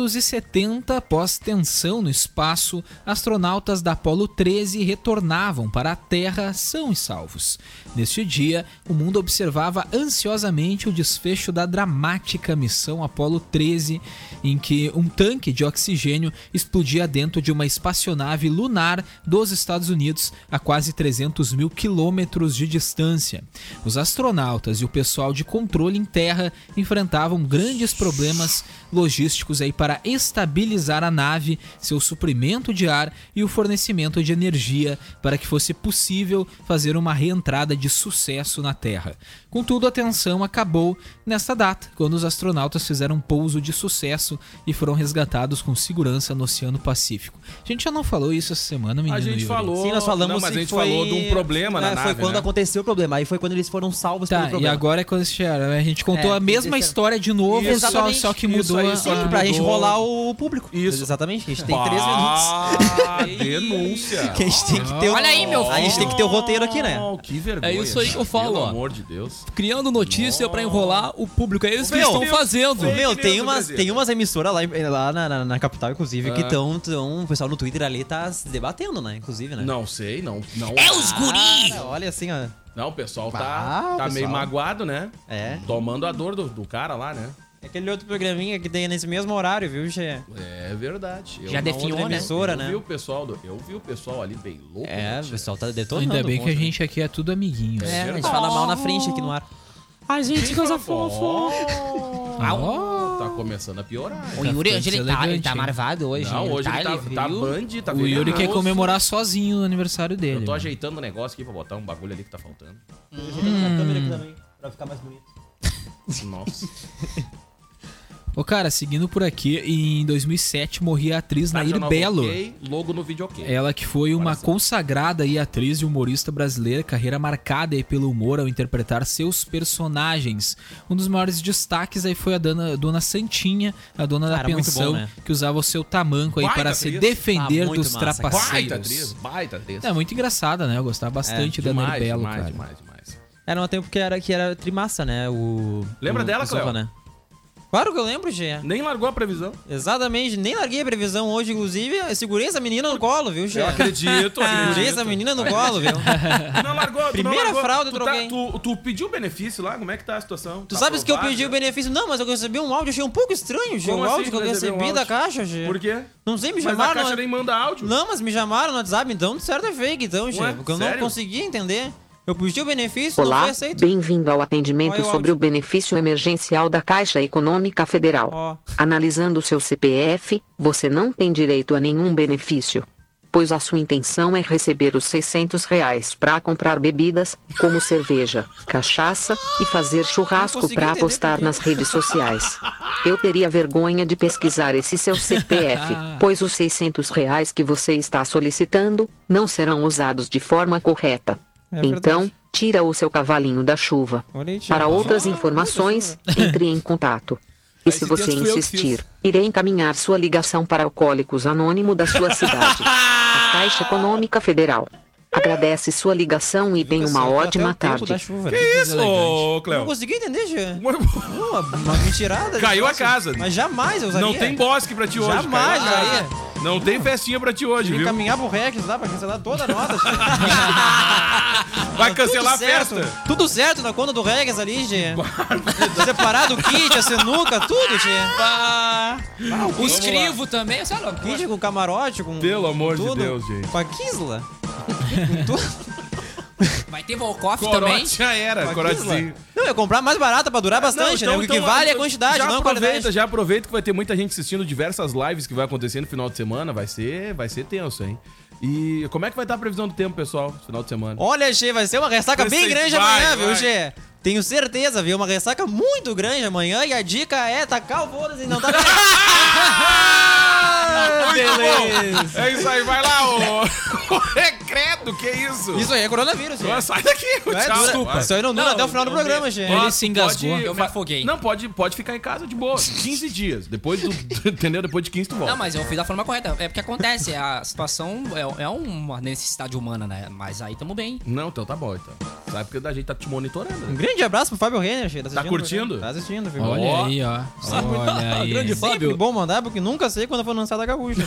Speaker 6: 1970, após tensão no espaço, astronautas da Apollo 13 retornavam para a Terra são e salvos. Neste dia, o mundo observava ansiosamente o desfecho da dramática missão Apollo 13, em que um tanque de oxigênio explodia dentro de uma espaçonave lunar dos Estados Unidos a quase 300 mil quilômetros de distância. Os astronautas e o pessoal de controle em terra enfrentavam grandes problemas logísticos aí para estabilizar a nave, seu suprimento de ar e o fornecimento de energia para que fosse possível fazer uma reentrada de sucesso na Terra. Contudo, a tensão acabou nesta data, quando os astronautas fizeram um pouso de sucesso e foram resgatados com segurança no Oceano Pacífico. A gente já não falou isso essa semana, menino
Speaker 4: A gente
Speaker 6: Yuri?
Speaker 4: falou.
Speaker 5: Sim, nós falamos
Speaker 4: Não, mas a
Speaker 5: que
Speaker 4: gente
Speaker 5: foi-
Speaker 4: falou de um problema na
Speaker 5: É,
Speaker 4: nave.
Speaker 5: Foi quando
Speaker 4: né?
Speaker 5: aconteceu o problema. Aí foi quando eles foram salvos pelo
Speaker 6: Tá, e
Speaker 5: problema.
Speaker 6: agora é quando eles chegaram. A gente contou
Speaker 5: É,
Speaker 6: a mesma
Speaker 5: eles-
Speaker 6: história de novo,
Speaker 5: Isso,
Speaker 6: só,
Speaker 5: exatamente.
Speaker 6: só que
Speaker 4: Isso
Speaker 6: mudou
Speaker 4: aí,
Speaker 6: a-
Speaker 4: só
Speaker 5: Sim,
Speaker 4: que
Speaker 5: pra gente
Speaker 4: mudou.
Speaker 5: rolar o público.
Speaker 4: Isso.
Speaker 5: Exatamente. A gente tem três
Speaker 4: Ah,
Speaker 5: minutos.
Speaker 4: denúncia.
Speaker 5: Que a gente tem que ter o...
Speaker 8: Olha aí, meu
Speaker 5: A gente tem que ter o roteiro aqui, né?
Speaker 4: Oh, que vergonha.
Speaker 7: É isso aí que eu
Speaker 4: cara.
Speaker 7: falo,
Speaker 4: Pelo
Speaker 7: ó.
Speaker 4: amor de Deus.
Speaker 7: Criando notícia pra enrolar o público. É isso que eles
Speaker 5: Meu,
Speaker 7: estão
Speaker 5: meu,
Speaker 7: fazendo.
Speaker 4: Fake
Speaker 5: Meu,
Speaker 4: news
Speaker 5: tem
Speaker 4: no
Speaker 5: umas,
Speaker 4: Brasil. Ah.
Speaker 5: tem umas emissoras lá, em- lá na, na- na capital, inclusive, que estão. Tão, o pessoal no Twitter ali tá se debatendo, né? Inclusive, né?
Speaker 4: Não sei, não. não Ah,
Speaker 5: Cara, olha assim, ó.
Speaker 4: Não, o pessoal tá,
Speaker 5: Ah,
Speaker 4: tá
Speaker 5: pessoal.
Speaker 4: meio magoado, né?
Speaker 5: É.
Speaker 4: Tomando a dor do, do cara lá, né?
Speaker 5: É Aquele outro programinha que tem nesse mesmo horário, viu, Gê?
Speaker 4: É verdade. Eu
Speaker 8: Já
Speaker 4: na
Speaker 8: definhou,
Speaker 4: outra
Speaker 8: né?
Speaker 4: emissora,
Speaker 5: Emissora,
Speaker 4: eu
Speaker 5: né?
Speaker 4: vi o pessoal do- eu vi o pessoal ali bem louco.
Speaker 5: É,
Speaker 4: né,
Speaker 5: o
Speaker 4: tia?
Speaker 5: pessoal tá detonando.
Speaker 6: Ainda bem que a
Speaker 5: contra.
Speaker 6: gente aqui é tudo amiguinho.
Speaker 5: É, a gente fala mal na frente aqui no ar.
Speaker 8: Ai, gente, que coisa fofa.
Speaker 4: Ó, tá começando a piorar.
Speaker 8: O Yuri, hoje ele tá, ele
Speaker 6: elegante,
Speaker 8: tá
Speaker 6: hein?
Speaker 8: marvado hoje.
Speaker 4: Não, hoje ele tá,
Speaker 8: ele
Speaker 4: tá
Speaker 8: viu?
Speaker 4: band, tá
Speaker 6: O Yuri quer
Speaker 4: vergonhoso.
Speaker 6: comemorar sozinho o aniversário dele.
Speaker 4: Eu tô
Speaker 6: mano.
Speaker 4: ajeitando o negócio aqui pra botar um bagulho ali que tá faltando.
Speaker 5: Pra ficar mais bonito.
Speaker 4: Nossa.
Speaker 6: Ô, cara, seguindo por aqui, em 2007 morria a atriz
Speaker 4: Tá,
Speaker 6: Nair
Speaker 4: jornal
Speaker 6: Belo. É,
Speaker 4: ok, logo no vídeo ok.
Speaker 6: Ela que foi uma consagrada aí, atriz e humorista brasileira, carreira marcada aí pelo humor ao interpretar seus personagens. Um dos maiores destaques aí foi a dona, dona Santinha, a dona da
Speaker 5: Cara, muito
Speaker 6: pensão,
Speaker 5: bom, né?
Speaker 6: que usava o seu tamanco aí
Speaker 4: Baita
Speaker 6: para se
Speaker 4: atriz.
Speaker 6: defender
Speaker 5: Ah, muito
Speaker 6: dos
Speaker 5: massa, cara.
Speaker 4: Baita atriz,
Speaker 6: trapaceiros.
Speaker 4: baita atriz. É,
Speaker 6: É muito engraçada, né? Eu gostava bastante da Nair
Speaker 4: demais,
Speaker 6: Belo,
Speaker 4: demais,
Speaker 6: cara.
Speaker 4: demais, demais.
Speaker 5: Era um tempo que era, que era trimassa, né? O.
Speaker 4: Lembra
Speaker 5: o-
Speaker 4: dela,
Speaker 5: o Silva,
Speaker 4: Cleo?
Speaker 5: né? Claro que eu lembro, Gê.
Speaker 4: Nem largou a previsão.
Speaker 5: Exatamente. Nem larguei a previsão hoje, inclusive. Eu segurei essa menina no colo, viu, Gê? Ah,
Speaker 4: Eu acredito,
Speaker 5: Segurei
Speaker 4: acredito.
Speaker 5: essa menina no colo, viu?
Speaker 4: Tu Não largou, tu não
Speaker 5: Primeira
Speaker 4: largou.
Speaker 5: fralda
Speaker 4: tu, tá-
Speaker 5: eu troquei.
Speaker 4: tu, tu pediu benefício lá? Como é que tá a situação?
Speaker 5: Tu
Speaker 4: Tá
Speaker 5: sabes que eu
Speaker 4: aprovado?
Speaker 5: pedi o benefício? Não, mas eu recebi um áudio, achei um pouco estranho, Gê.
Speaker 4: Como
Speaker 5: O
Speaker 4: assim
Speaker 5: áudio que
Speaker 4: tu
Speaker 5: eu
Speaker 4: recebeu um
Speaker 5: recebi da
Speaker 4: áudio?
Speaker 5: caixa, Gê.
Speaker 4: Por quê?
Speaker 5: Não sei, me
Speaker 4: Mas a
Speaker 5: chamaram.
Speaker 4: caixa nem manda áudio.
Speaker 5: Não, mas me chamaram no WhatsApp, então de certo é fake, então, gente.
Speaker 4: Ué,
Speaker 5: Porque eu
Speaker 4: sério?
Speaker 5: não consegui entender. Eu pedi o benefício, não
Speaker 9: Olá,
Speaker 5: foi aceito.
Speaker 9: bem-vindo ao atendimento
Speaker 5: Olha o
Speaker 9: sobre
Speaker 5: áudio.
Speaker 9: o benefício emergencial da Caixa Econômica Federal.
Speaker 5: Ó.
Speaker 9: Analisando seu CPF, você não tem direito a nenhum benefício. Pois a sua intenção é receber os 600 reais para comprar bebidas, como cerveja, cachaça, e fazer
Speaker 5: Não
Speaker 9: churrasco
Speaker 5: consegui
Speaker 9: para
Speaker 5: entender
Speaker 9: apostar
Speaker 5: porque-
Speaker 9: nas redes sociais. Eu teria vergonha de pesquisar esse seu CPF, pois os 600 reais que você está solicitando, não serão usados de forma correta.
Speaker 5: É verdade.
Speaker 9: então, tira o seu cavalinho da chuva.
Speaker 5: Olha aí, tia.
Speaker 9: Para outras informações, entre em contato. E se
Speaker 7: Esse
Speaker 9: você
Speaker 7: texto fui eu que
Speaker 9: insistir, irei encaminhar sua ligação para Alcoólicos Anônimo da sua cidade. A Caixa Econômica Federal. Agradece sua ligação e tenha uma
Speaker 5: Pessoal, tá até
Speaker 9: ótima
Speaker 5: o tempo
Speaker 9: tarde.
Speaker 5: da chuva,
Speaker 4: Que
Speaker 5: né?
Speaker 4: isso,
Speaker 6: Elegante.
Speaker 4: ô,
Speaker 5: Não
Speaker 4: Cleo?
Speaker 5: consegui entender, Gê. Uma, uma mentirada. de
Speaker 4: Caiu a
Speaker 5: fácil.
Speaker 4: casa.
Speaker 5: Mas jamais eu usaria.
Speaker 4: Não tem bosque pra ti hoje.
Speaker 5: Jamais,
Speaker 4: cara.
Speaker 5: aí. é.
Speaker 4: Não tem festinha pra ti hoje,
Speaker 5: Tem
Speaker 4: viu?
Speaker 5: que caminhar pro Rex lá pra cancelar toda a nota.
Speaker 4: Vai cancelar a
Speaker 5: Tudo certo.
Speaker 4: festa.
Speaker 5: Tudo certo na conta do Rex ali, Gê. Separado o kit, a sinuca, tudo, Gê.
Speaker 8: O escrivo também, é essa loucura.
Speaker 5: Kit com camarote, com.
Speaker 4: Pelo amor
Speaker 5: com
Speaker 4: de
Speaker 5: tudo.
Speaker 4: Deus, gente.
Speaker 5: Com a Kisla. com tudo.
Speaker 8: Vai ter Volkoff também.
Speaker 4: Corote já era, corotezinho.
Speaker 5: Não, eu comprar mais barata pra durar bastante,
Speaker 4: Não, então,
Speaker 5: né? O que vale é a quantidade,
Speaker 4: já
Speaker 5: não a
Speaker 4: aproveita,
Speaker 5: qualidade.
Speaker 4: Já aproveita que vai ter muita gente assistindo diversas lives que vai acontecer no final de semana. Vai ser, vai ser tenso, hein? E como é que vai estar a previsão do tempo, pessoal, no final de semana?
Speaker 5: Olha, Gê, vai ser uma ressaca bem
Speaker 4: Vocês
Speaker 5: grande
Speaker 4: vai,
Speaker 5: amanhã, viu,
Speaker 4: vai.
Speaker 5: Gê? Tenho certeza, viu? Uma ressaca muito grande amanhã e a dica é tacar o foda-se e não tá...
Speaker 4: Ah, Beleza. É isso aí, vai lá, ô. Recredo, que isso?
Speaker 5: Isso aí é coronavírus, Gê.
Speaker 4: Nossa, Então Sai daqui,
Speaker 5: Não é?
Speaker 4: tchau.
Speaker 5: Dura- Isso aí não dura
Speaker 8: Não,
Speaker 5: até o final do
Speaker 8: não
Speaker 5: programa,
Speaker 8: deu.
Speaker 5: Gê.
Speaker 4: Ó,
Speaker 6: Ele se engasgou.
Speaker 4: pode-
Speaker 8: Eu me afoguei.
Speaker 4: Não, pode, pode ficar em casa de boa. 15 dias. Depois do. entendeu? Depois de 15 tu volta.
Speaker 8: Não, mas eu fiz da forma correta. É porque acontece, a situação é, é uma necessidade humana, né? Mas aí tamo bem.
Speaker 4: Não, então tá bom, então. Sabe porque a gente tá te monitorando.
Speaker 5: Um
Speaker 4: né?
Speaker 5: grande abraço pro Fábio Renner, Gê.
Speaker 4: Tá curtindo?
Speaker 5: Tá assistindo, viu?
Speaker 6: Olha
Speaker 4: Ó.
Speaker 6: aí, ó. Olha aí.
Speaker 5: Grande Fábio. É bom mandar, porque nunca sei quando for lançada a gaúcha.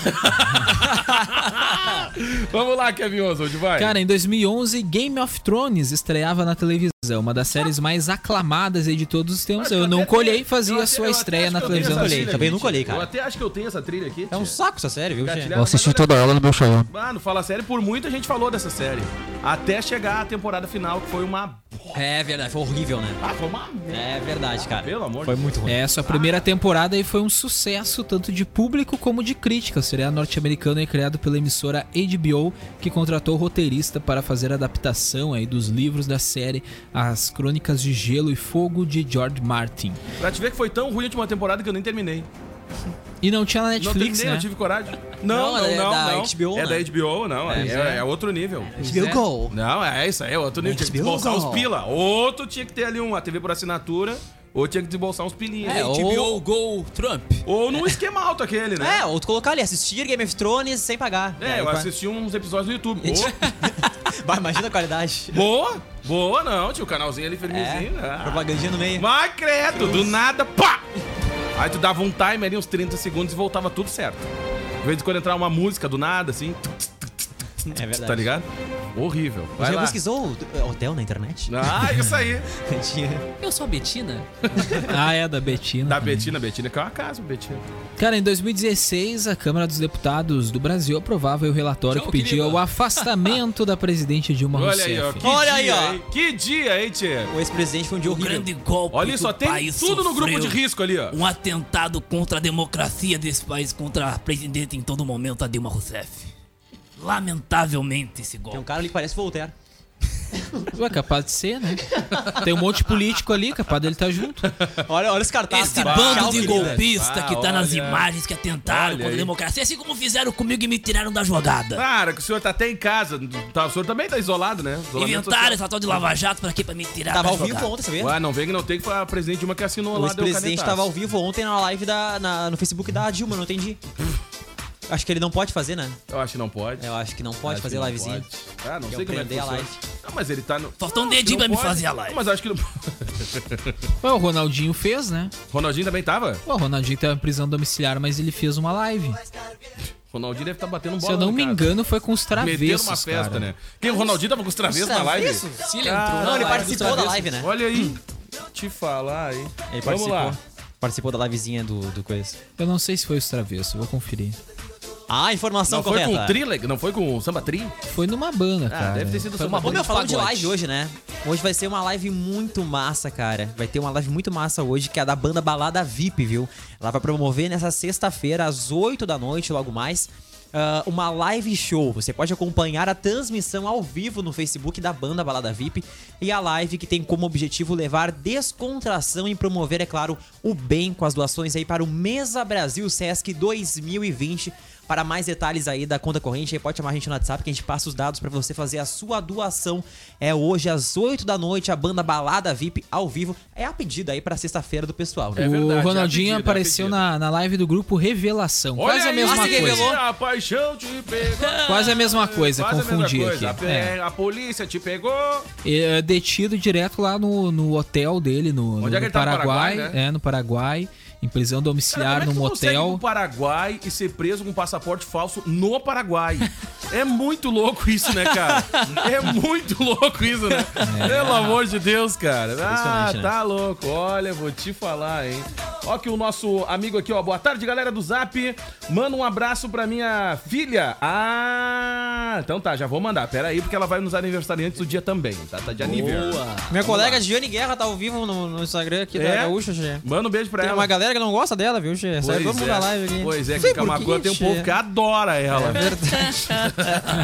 Speaker 4: Vamos lá, Kevin Oswald, vai.
Speaker 6: Cara, em 2011, Game of Thrones estreava na televisão, uma das séries mais aclamadas aí de todos os tempos.
Speaker 4: Eu
Speaker 6: Eu não
Speaker 4: até-
Speaker 6: colhei e
Speaker 4: eu
Speaker 6: fazia
Speaker 4: até-
Speaker 6: a sua
Speaker 4: eu até
Speaker 6: estreia
Speaker 4: acho
Speaker 6: na
Speaker 4: que eu
Speaker 6: televisão.
Speaker 4: tenho essa
Speaker 5: colhei,
Speaker 4: trilha
Speaker 5: também
Speaker 4: aqui,
Speaker 5: não colhei,
Speaker 4: tio.
Speaker 5: cara.
Speaker 4: Eu até acho que eu tenho essa trilha aqui.
Speaker 5: É um
Speaker 4: tio.
Speaker 5: saco essa série, viu, Gê?
Speaker 4: Gatilhado, mas olha-
Speaker 7: ela no meu chão.
Speaker 4: Mano, fala sério, por muita gente falou dessa série. Até chegar a temporada final, que foi uma.
Speaker 5: É verdade, foi horrível, né?
Speaker 4: Ah, foi uma merda.
Speaker 5: É verdade, cara.
Speaker 4: Pelo amor
Speaker 5: Foi
Speaker 4: de
Speaker 5: muito ruim.
Speaker 6: É, sua primeira
Speaker 8: Ah,
Speaker 6: temporada aí foi um sucesso tanto de público como de crítica. O seriado norte-americano é criado pela emissora HBO, que contratou o roteirista para fazer a adaptação aí dos livros da série As Crônicas de Gelo e Fogo de George Martin.
Speaker 4: É. Pra te ver que foi tão ruim a última temporada que eu nem terminei.
Speaker 6: E não tinha na
Speaker 4: não
Speaker 6: Netflix,
Speaker 4: terminei,
Speaker 6: né?
Speaker 4: não tive coragem. Não, não,
Speaker 5: Não,
Speaker 4: não.
Speaker 5: é da
Speaker 4: não.
Speaker 5: HBO,
Speaker 4: É
Speaker 5: né?
Speaker 4: da HBO, não. É, é- é outro nível.
Speaker 5: Viu gol.
Speaker 4: Não, é isso aí, é outro nível. Tinha que
Speaker 5: HBO,
Speaker 4: desembolsar uns
Speaker 5: não.
Speaker 4: pila. Outro tinha que ter ali uma TV por assinatura, ou tinha que desembolsar uns pilinhos. né,
Speaker 5: É,
Speaker 4: ou...
Speaker 5: ou,
Speaker 8: Gol Trump.
Speaker 4: num esquema alto aquele, né?
Speaker 5: é, ou tu colocar ali, assistir Game of Thrones sem pagar.
Speaker 4: É,
Speaker 5: Aí,
Speaker 4: eu
Speaker 5: pá.
Speaker 4: assisti uns episódios no YouTube. Boa,
Speaker 5: Bah, imagina a qualidade.
Speaker 4: boa, boa não, tinha o canalzinho ali
Speaker 5: É,
Speaker 4: firmezinho. né?
Speaker 5: propagandinha no meio.
Speaker 4: Mas credo, do nada, pá! Aí tu dava um timer ali, uns 30 segundos e voltava tudo certo. De vez em quando entrar uma música do nada, assim, tuc,
Speaker 5: É verdade.
Speaker 4: tá ligado? Horrível.
Speaker 5: Você
Speaker 4: Vai
Speaker 5: já
Speaker 4: lá.
Speaker 5: pesquisou o- hotel na internet?
Speaker 4: Ah, isso aí.
Speaker 5: Tinha-
Speaker 8: Eu sou a Betina.
Speaker 6: Ah, é, da Betina.
Speaker 4: Da
Speaker 6: também.
Speaker 4: Betina, Betina, que é uma casa, Betina.
Speaker 6: Cara, em 2016, a Câmara dos Deputados do Brasil aprovava o relatório
Speaker 8: Tchau,
Speaker 6: que pedia
Speaker 8: querido.
Speaker 6: o afastamento da presidente Dilma
Speaker 4: Olha
Speaker 6: Rousseff.
Speaker 4: aí, ó. que
Speaker 5: Olha aí,
Speaker 4: dia,
Speaker 5: ó.
Speaker 4: hein? Que dia, hein, tchê?
Speaker 5: O ex-presidente foi um dia horrível.
Speaker 8: golpe.
Speaker 4: Olha, só tem tudo no grupo de risco ali, ó.
Speaker 8: Um atentado contra a democracia desse país, contra a presidente em todo momento, a Dilma Rousseff. Lamentavelmente esse
Speaker 5: Tem um
Speaker 8: golpe.
Speaker 5: cara ali que parece Voltaire.
Speaker 6: Ué, capaz de ser, né? Tem um monte de político ali, capaz dele tá junto.
Speaker 5: Olha, olha os cartazes,
Speaker 8: Esse
Speaker 5: cara.
Speaker 8: bando
Speaker 5: Tchau,
Speaker 8: de
Speaker 5: querido.
Speaker 8: golpista
Speaker 4: Ah,
Speaker 8: que tá nas
Speaker 4: olha.
Speaker 8: imagens que atentaram
Speaker 4: Olha
Speaker 8: contra
Speaker 4: aí.
Speaker 8: a democracia, assim como fizeram comigo e me tiraram da jogada.
Speaker 4: Cara, que o senhor tá até em casa. Tá, o senhor também tá isolado, né? Isolamento
Speaker 8: Inventaram essa tal de Lava Jato pra quê? Pra me tirar
Speaker 5: Tava
Speaker 8: da
Speaker 5: ao vivo
Speaker 8: jogada.
Speaker 5: ontem, sabia?
Speaker 4: social. Ué, não vem que não tem que foi a presidente de uma que assinou lá,
Speaker 5: O
Speaker 4: deu
Speaker 5: ex-presidente
Speaker 4: canetaço.
Speaker 5: tava ao vivo ontem na live da, na- no Facebook da Dilma, não entendi. Acho que ele não pode fazer, né?
Speaker 4: Eu acho que não pode.
Speaker 5: Eu acho que não pode
Speaker 4: Acho
Speaker 5: fazer
Speaker 4: que não
Speaker 5: livezinha.
Speaker 4: pode. Ah, não sei
Speaker 5: Que eu
Speaker 4: como é que
Speaker 5: prender a
Speaker 4: funciona. Ah, mas ele tá no...
Speaker 8: Faltou um
Speaker 4: Não, acho que
Speaker 8: dedinho
Speaker 4: não
Speaker 8: pra me
Speaker 4: pode.
Speaker 8: fazer a live.
Speaker 4: Mas acho que... Não...
Speaker 6: Ué, o Ronaldinho fez, né?
Speaker 4: Ronaldinho também tava?
Speaker 6: Ué, o Ronaldinho tá em prisão domiciliar, mas ele fez uma live.
Speaker 4: Ronaldinho deve estar batendo bola
Speaker 6: Se eu não
Speaker 4: na
Speaker 6: me
Speaker 4: casa.
Speaker 6: engano, foi com os
Speaker 4: Metendo
Speaker 6: travessos,
Speaker 4: uma festa,
Speaker 6: cara.
Speaker 4: né? Quem o Ronaldinho tava com os travessos na live?
Speaker 5: Isso? Ah,
Speaker 8: Se ele entrou
Speaker 5: Não,
Speaker 8: na
Speaker 5: ele
Speaker 8: live
Speaker 5: participou
Speaker 8: dos
Speaker 5: da
Speaker 8: travessos.
Speaker 5: live, né?
Speaker 4: Olha aí. Hum. Te falar, hein?
Speaker 5: Ele
Speaker 4: Vamos
Speaker 5: participou.
Speaker 4: lá.
Speaker 5: Participou da livezinha do, do coisa.
Speaker 6: Eu não sei se foi os travessos, vou conferir.
Speaker 5: Ah, informação
Speaker 4: Não foi
Speaker 5: correta.
Speaker 4: com o Trilleg? Não foi com o Samba Tri?
Speaker 6: Foi numa banda,
Speaker 4: Ah,
Speaker 6: cara.
Speaker 4: deve ter sido
Speaker 6: Foi
Speaker 4: samba
Speaker 6: uma
Speaker 5: Ô,
Speaker 6: banda
Speaker 5: meu,
Speaker 6: de
Speaker 5: falando de
Speaker 6: pagode.
Speaker 5: live hoje, né? Hoje vai ser uma live muito massa, cara. Vai ter uma live muito massa hoje, que é a da banda Balada VIP, viu? Ela vai promover nessa sexta-feira, às 8 da noite, logo mais. ah, uma live show. Você pode acompanhar a transmissão ao vivo no Facebook da banda Balada VIP e a live que tem como objetivo levar descontração e promover, é claro, o bem com as doações aí para o Mesa Brasil Sesc 2020. Para mais detalhes aí da conta corrente, aí pode chamar a gente no WhatsApp que a gente passa os dados para você fazer a sua doação. É hoje às 8 da noite, a banda Balada VIP ao vivo. É a pedida aí para sexta-feira do pessoal, né?
Speaker 4: É verdade, é
Speaker 6: o
Speaker 4: a
Speaker 6: Ronaldinho
Speaker 4: pedida, é a
Speaker 6: apareceu
Speaker 4: pedida.
Speaker 6: na, na live do grupo Revelação. Quase a
Speaker 4: aí,
Speaker 6: mesma
Speaker 4: se
Speaker 6: coisa.
Speaker 4: revelou. A paixão te pegou.
Speaker 6: Quase a mesma coisa,
Speaker 4: Quase a mesma
Speaker 6: confundi
Speaker 4: coisa. tá A,
Speaker 6: aqui.
Speaker 4: pe-
Speaker 6: É.
Speaker 4: a polícia te pegou.
Speaker 6: É, detido direto lá no, no hotel dele, no, no-
Speaker 4: Onde é que
Speaker 6: no
Speaker 4: ele tá? No
Speaker 6: Paraguai.
Speaker 4: Paraguai, né?
Speaker 6: É, no Paraguai. em prisão domiciliar
Speaker 4: Cara, como é que
Speaker 6: num
Speaker 4: tu consegue ir pro
Speaker 6: motel.
Speaker 4: Paraguai e ser preso com um passaporte falso no Paraguai. É muito louco isso, né, cara? É muito louco isso, né? Pelo amor de Deus, cara. Ah,
Speaker 6: Impressionante, né?
Speaker 4: tá louco. Olha, vou te falar, hein? Ó que o nosso amigo aqui, ó. Boa tarde, galera do Zap. Manda um abraço pra minha filha. Ah, então tá, já vou mandar. Pera aí, porque ela vai nos aniversariantes do dia também. Tá, tá de aniversário.
Speaker 5: Minha colega Giane Guerra tá ao vivo no, no Instagram aqui da
Speaker 4: É?
Speaker 5: Gaúcha, Gê.
Speaker 4: Manda um beijo pra
Speaker 5: Tem
Speaker 4: ela.
Speaker 5: uma galera que não gosta dela, viu, Gê? Só
Speaker 4: Pois
Speaker 5: vamos
Speaker 4: é.
Speaker 5: na live aqui.
Speaker 4: Pois é,
Speaker 5: Sei
Speaker 4: que
Speaker 5: por
Speaker 4: Camacuã tem um
Speaker 5: Gê.
Speaker 4: povo que adora ela.
Speaker 5: É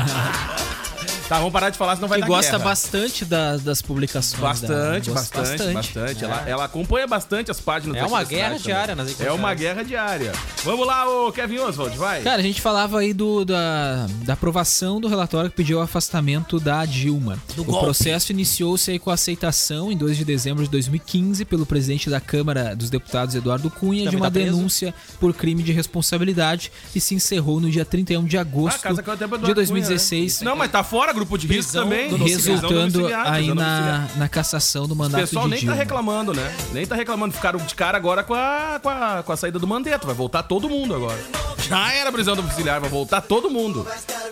Speaker 4: Tá, vamos parar de falar, senão vai
Speaker 6: Que
Speaker 4: dar
Speaker 6: gosta
Speaker 4: guerra.
Speaker 6: bastante da- das publicações.
Speaker 4: Bastante,
Speaker 6: dela. Gosta
Speaker 4: bastante, bastante, Ela, ela acompanha bastante as páginas.
Speaker 5: É
Speaker 4: da
Speaker 5: uma
Speaker 4: Extra
Speaker 5: guerra
Speaker 4: Strike também.
Speaker 5: diária nas redes
Speaker 4: É uma
Speaker 5: sociais.
Speaker 4: guerra diária. Vamos lá, ô Kevin Oswald, vai.
Speaker 6: Cara, a gente falava aí do, da, da aprovação do relatório que pediu o afastamento da Dilma.
Speaker 8: Do
Speaker 6: o
Speaker 8: golpe.
Speaker 6: processo iniciou-se aí com a aceitação, em 2 de dezembro de 2015, pelo presidente da Câmara dos Deputados, Eduardo Cunha, de
Speaker 5: Também tá
Speaker 6: uma
Speaker 5: preso.
Speaker 6: denúncia por crime de responsabilidade e se encerrou no dia 31 de
Speaker 4: Ah,
Speaker 6: agosto
Speaker 4: casa caiu até pra Eduardo
Speaker 6: de
Speaker 4: Cunha,
Speaker 6: 2016.
Speaker 4: né? Não, mas tá fora grupo de risco também. Prisão
Speaker 6: Resultando
Speaker 4: domiciliar,
Speaker 6: aí
Speaker 4: prisão domiciliar.
Speaker 6: na, na cassação do
Speaker 4: O
Speaker 6: mandato
Speaker 4: pessoal
Speaker 6: de
Speaker 4: nem
Speaker 6: Dilma.
Speaker 4: tá reclamando, né? Nem tá reclamando. Ficaram de cara agora com a, com a, com a saída do Mandetta. Vai voltar todo mundo agora. Já era prisão domiciliar, vai voltar todo mundo.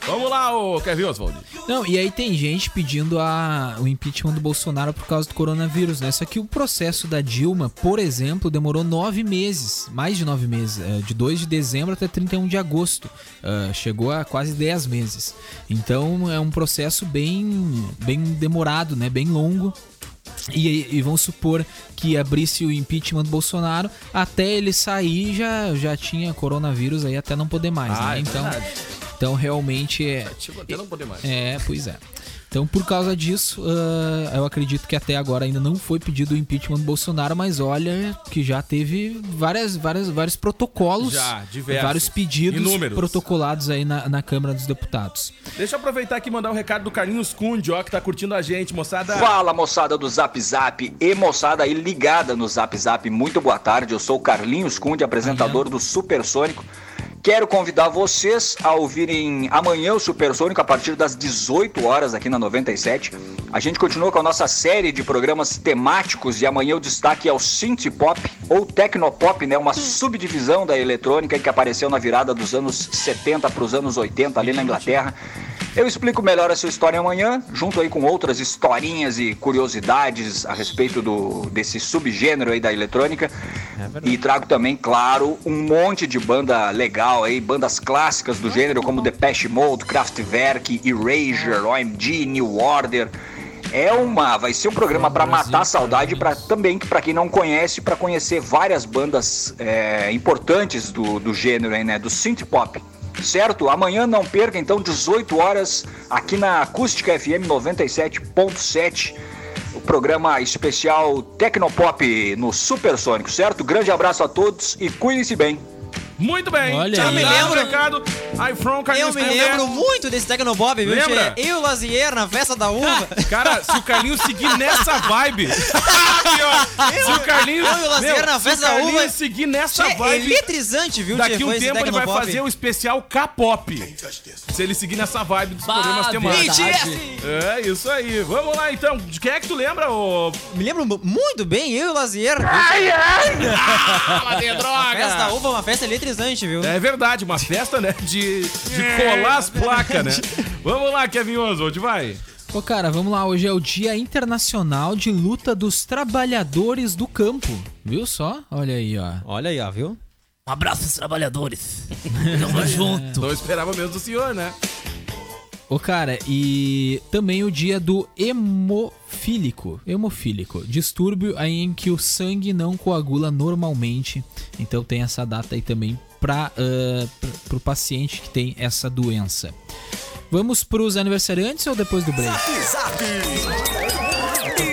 Speaker 4: Vamos lá, ô Kevin Oswald.
Speaker 6: Não, e aí tem gente pedindo a- o impeachment do Bolsonaro por causa do coronavírus, né? Só que o processo da Dilma, por exemplo, demorou nove meses, mais de nove meses, eh, de 2 de dezembro até 31 de agosto. Ah, chegou a quase 10 meses. Então é um processo bem, bem demorado, né? Bem longo. E, e vamos supor que abrisse o impeachment do Bolsonaro, até ele sair já, já tinha coronavírus aí até não poder mais,
Speaker 4: Ah,
Speaker 6: né?
Speaker 4: é
Speaker 6: Então,
Speaker 4: verdade.
Speaker 6: então realmente é,
Speaker 4: Chegou até não poder mais.
Speaker 6: é, pois é. Então, por causa disso, ah, eu acredito que até agora ainda não foi pedido o impeachment do Bolsonaro, mas olha que já teve várias, várias, vários protocolos,
Speaker 4: Já, diversos.
Speaker 6: vários pedidos
Speaker 4: Inúmeros.
Speaker 6: protocolados aí na, na Câmara dos Deputados.
Speaker 4: Deixa eu aproveitar aqui e mandar um recado do Carlinhos Cunde, ó, que tá curtindo a gente, moçada.
Speaker 10: Fala moçada do Zap Zap e moçada aí ligada no Zap Zap, muito boa tarde. Eu sou o Carlinhos Cunde, apresentador do Supersônico. Quero convidar vocês a ouvirem amanhã o Supersônico a partir das 18 horas aqui na 97. A gente continua com a nossa série de programas temáticos e amanhã o destaque é o synth pop ou tecnopop, né,
Speaker 4: Hum.
Speaker 10: uma subdivisão da eletrônica que apareceu na virada dos anos 70 para os anos 80 ali na Inglaterra. Eu explico melhor essa história amanhã, junto aí com outras historinhas e curiosidades a respeito do, desse subgênero aí da eletrônica.
Speaker 4: É
Speaker 10: e trago também, claro, um monte de banda legal aí, bandas clássicas do gênero, como Depeche Mode, Kraftwerk,
Speaker 4: É.
Speaker 10: Erasure, OMG, New Order. É uma, vai ser um programa para matar a saudade para também para quem não conhece, para conhecer várias bandas é, importantes do, do gênero aí, né, do synth pop. Certo? Amanhã não perca, então, 18 horas, aqui na Acústica FM 97.7, o programa especial Tecnopop no Supersônico, certo? Grande abraço a todos e cuidem-se bem.
Speaker 4: Muito bem.
Speaker 6: Olha
Speaker 4: Tchau,
Speaker 6: aí.
Speaker 4: me
Speaker 5: Eu me
Speaker 4: lembro.
Speaker 5: lembro-
Speaker 4: Recado. I from Carlinhos
Speaker 5: Eu me
Speaker 4: Cunde.
Speaker 5: lembro muito desse Tecnobob, viu,
Speaker 4: Lembra?
Speaker 5: Gê? Eu, Lazier, na festa da uva.
Speaker 4: Cara, se o Carlinhos seguir nessa vibe. Aqui, ó. se o Carlinhos.
Speaker 5: eu e o Lazier
Speaker 4: meu, se
Speaker 5: na
Speaker 4: o
Speaker 5: festa da uva-
Speaker 4: Carlinhos seguir nessa
Speaker 5: Gê,
Speaker 4: vibe.
Speaker 5: é eletrizante, viu,
Speaker 4: Daqui
Speaker 5: Gê,
Speaker 4: um
Speaker 5: foi esse
Speaker 4: tempo ele vai
Speaker 5: Tecnobob.
Speaker 4: fazer o especial K-pop. Se ele seguir nessa vibe dos
Speaker 6: Bah,
Speaker 4: programas temáticos.
Speaker 5: BTS!
Speaker 4: É isso aí. Vamos lá então. De quem é que tu lembra, ô?
Speaker 5: Me lembro mu- muito bem, eu e o Lazier.
Speaker 4: Fala de
Speaker 5: A festa da uva é uma festa eletrizante, viu?
Speaker 4: É verdade, uma festa, né? De, de colar as placas, né? Vamos lá, Kevin Oswald, vai.
Speaker 6: Ô cara, vamos lá, hoje é o Dia Internacional de Luta dos Trabalhadores do Campo. Viu só? Olha aí, ó.
Speaker 5: Olha aí, ó, viu?
Speaker 8: Um abraço aos trabalhadores. Tamo junto.
Speaker 4: Não esperava mesmo do senhor, né?
Speaker 6: Ô, cara, e também o dia do hemofílico. Hemofílico. Distúrbio aí em que o sangue não coagula normalmente. Então tem essa data aí também para pro paciente que tem essa doença. Vamos pros aniversariantes ou depois do break?
Speaker 3: Zap!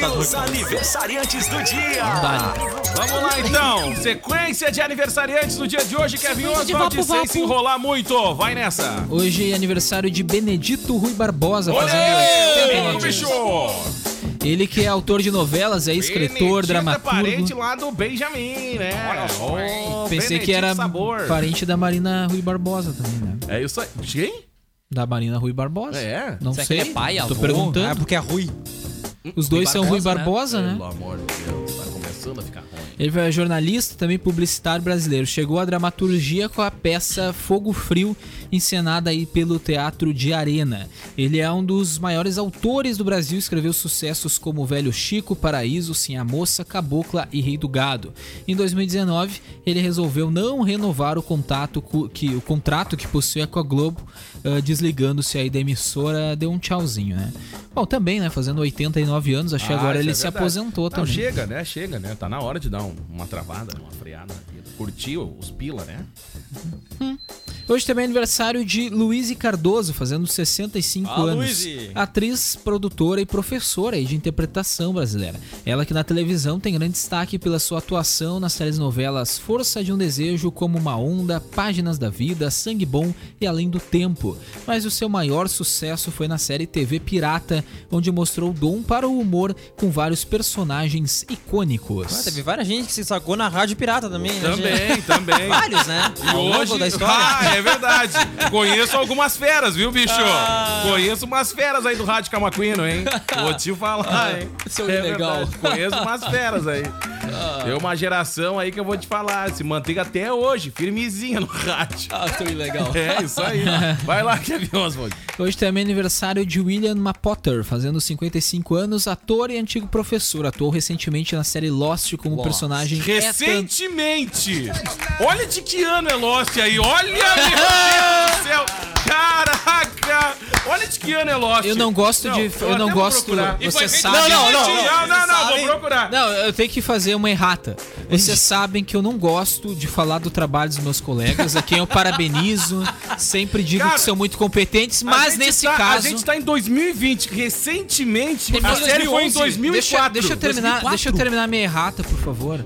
Speaker 3: E os aniversariantes do dia!
Speaker 6: Dá-lhe.
Speaker 4: Vamos lá então, sequência de aniversariantes do dia de hoje, Kevin
Speaker 11: Sequência de
Speaker 4: Oswald,
Speaker 11: vapo,
Speaker 4: sem
Speaker 11: vapo.
Speaker 4: se enrolar muito, vai nessa.
Speaker 6: Hoje é aniversário de Benedito Rui Barbosa.
Speaker 4: Olha aí, bicho!
Speaker 6: Ele que é autor de novelas, é escritor,
Speaker 4: Benedito
Speaker 6: dramaturgo.
Speaker 4: É parente lá do Benjamin, né? Olha só,
Speaker 6: Pensei que era
Speaker 4: Sabor.
Speaker 6: parente da Marina Rui Barbosa também, né?
Speaker 4: É isso aí. Quem?
Speaker 6: Da Marina Rui Barbosa?
Speaker 4: É?
Speaker 6: Não
Speaker 7: Será que
Speaker 6: sei.
Speaker 7: ele é pai,
Speaker 6: Tô
Speaker 7: avô?
Speaker 5: Ah,
Speaker 6: perguntando.
Speaker 5: porque é ruim.
Speaker 6: Os dois são Rui
Speaker 7: Barbosa, né?
Speaker 6: Barbosa, né?
Speaker 4: Pelo amor de Deus, tá começando a ficar ruim.
Speaker 6: Ele foi jornalista, também publicitário brasileiro. Chegou à dramaturgia com a peça Fogo Frio, encenada aí pelo Teatro de Arena. Ele é um dos maiores autores do Brasil, escreveu sucessos como Velho Chico, Paraíso, Sim a Moça, Cabocla e Rei do Gado. Em 2019, ele resolveu não renovar o contato co- que o contrato que possuía com a Globo, ah, desligando-se aí da emissora, deu um tchauzinho, né? Bom, também, né, fazendo 89 anos, achei
Speaker 4: Ah,
Speaker 6: agora
Speaker 4: isso
Speaker 6: ele
Speaker 4: é
Speaker 6: se
Speaker 4: verdade.
Speaker 6: aposentou
Speaker 4: Não,
Speaker 6: também.
Speaker 4: Chega, né? Chega, né? Tá na hora de dar um- uma travada, uma freada na vida. Curtiu os pila, né?
Speaker 6: Hoje também é aniversário de Luíse Cardoso, fazendo 65
Speaker 5: Ah,
Speaker 6: anos.
Speaker 5: Luíse!
Speaker 6: Atriz, produtora e professora aí de interpretação brasileira. Ela que na televisão tem grande destaque pela sua atuação nas telenovelas Força de um Desejo, Como uma Onda, Páginas da Vida, Sangue Bom e Além do Tempo. Mas o seu maior sucesso foi na série TV Pirata, onde mostrou dom para o humor com vários personagens icônicos.
Speaker 5: Ah, teve várias gente que se sacou na Rádio Pirata também, né?
Speaker 4: Também,
Speaker 5: gente?
Speaker 4: também.
Speaker 5: Vários, né?
Speaker 4: E
Speaker 5: Ao longo
Speaker 4: hoje,
Speaker 5: da história.
Speaker 4: Ah, é verdade. Conheço algumas feras, viu, bicho? Conheço umas feras aí do Rádio Camacuino, hein? Vou te falar,
Speaker 7: Ah,
Speaker 4: hein?
Speaker 7: seu ilegal.
Speaker 4: verdade. Conheço umas feras aí. Tem uma geração aí que eu vou te falar. Se manteiga até hoje, firmezinha no rádio.
Speaker 7: Ah, tão ilegal.
Speaker 4: É, isso aí. Vai lá, é Kevin Oswald.
Speaker 6: Hoje também é aniversário de William Potter, fazendo 55 anos, ator e antigo professor. Atuou recentemente na série Lost como personagem É Ethan.
Speaker 4: Recentemente. Olha de que ano é Lost aí. Olha, meu Deus do céu. Caraca. Olha de que ano é Lost.
Speaker 6: Eu não gosto de- eu
Speaker 4: até
Speaker 6: não
Speaker 4: vou
Speaker 6: gosto-
Speaker 4: procurar.
Speaker 6: você
Speaker 4: E foi feito
Speaker 6: sabe-
Speaker 4: recentemente.
Speaker 6: Não, não, não,
Speaker 4: Não, não, não.
Speaker 5: Vocês
Speaker 4: Vou procurar.
Speaker 6: Não, eu tenho que fazer uma errata. Vocês sabem que eu não gosto de falar do trabalho dos meus colegas, a quem eu parabenizo, sempre digo
Speaker 4: Cara,
Speaker 6: que são muito competentes,
Speaker 4: A
Speaker 6: mas
Speaker 4: gente
Speaker 6: nesse
Speaker 4: tá-
Speaker 6: caso.
Speaker 4: A gente tá em 2020. Recentemente,
Speaker 6: Terminou
Speaker 4: a série foi em 2004.
Speaker 6: Deixa, deixa eu terminar, deixa eu terminar minha errata, por favor.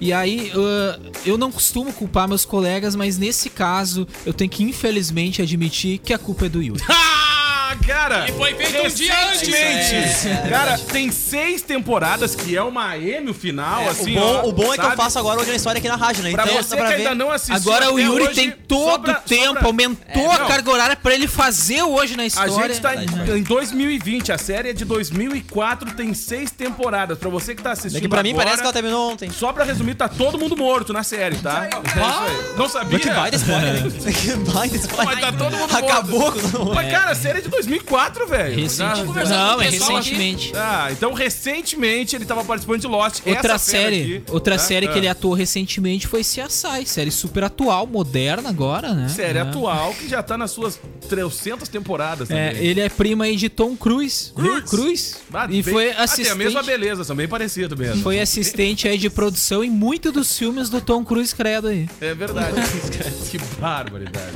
Speaker 6: E aí, uh, eu não costumo culpar meus colegas, mas nesse caso, eu tenho que infelizmente admitir que a culpa é do Yuri.
Speaker 4: Ah, cara!
Speaker 8: E foi feito um dia antes.
Speaker 4: Recentemente. Cara, tem seis temporadas que é uma M o final, assim.
Speaker 5: o, bom,
Speaker 4: ó,
Speaker 5: o bom é que eu
Speaker 4: sabe?
Speaker 5: faço agora hoje a história aqui na rádio, né?
Speaker 4: Pra
Speaker 5: então,
Speaker 4: você
Speaker 5: dá pra
Speaker 4: que
Speaker 5: ver.
Speaker 4: ainda não assistiu.
Speaker 6: Agora o
Speaker 4: até
Speaker 6: Yuri
Speaker 4: hoje,
Speaker 6: tem
Speaker 4: só
Speaker 6: todo
Speaker 4: pra-
Speaker 6: o
Speaker 4: só
Speaker 6: tempo,
Speaker 4: pra-
Speaker 6: aumentou
Speaker 4: É,
Speaker 6: a
Speaker 4: não,
Speaker 6: carga horária pra ele fazer hoje na
Speaker 4: A
Speaker 6: história.
Speaker 4: gente tá em, em 2020, a série é de 2004, tem seis temporadas. Pra você que tá assistindo.
Speaker 5: É que pra mim
Speaker 4: agora,
Speaker 5: parece que ela terminou ontem.
Speaker 4: Só pra resumir, tá todo mundo morto na série, tá? É isso aí. Não sabia?
Speaker 5: Mas que baita spoiler, hein? Que baita spoiler.
Speaker 4: Mas tá todo mundo
Speaker 5: Acabou
Speaker 4: morto.
Speaker 5: com
Speaker 4: Mas, cara, a série é de 2004, velho.
Speaker 6: Recentemente.
Speaker 4: Já-
Speaker 6: Não, é
Speaker 8: pessoal aqui.
Speaker 6: recentemente.
Speaker 4: Ah, então recentemente ele tava participando de Lost.
Speaker 6: Outra
Speaker 4: Essa cena
Speaker 6: série,
Speaker 4: aqui,
Speaker 6: outra
Speaker 4: tá?
Speaker 6: série que
Speaker 4: Ah.
Speaker 6: ele é. atuou recentemente foi CSI, série super atual, moderna agora, né?
Speaker 4: Série
Speaker 6: É.
Speaker 4: atual que já tá nas suas 300 temporadas.
Speaker 6: É,
Speaker 4: também.
Speaker 6: ele é prima aí de Tom Cruise. Viu? Cruz.
Speaker 4: Ah, bem-
Speaker 6: E foi
Speaker 4: ah, tem
Speaker 6: assistente.
Speaker 4: a mesma beleza, são bem parecido mesmo.
Speaker 6: Foi assistente aí de produção em muitos dos filmes do Tom Cruise, credo aí.
Speaker 4: É verdade. que barbaridade.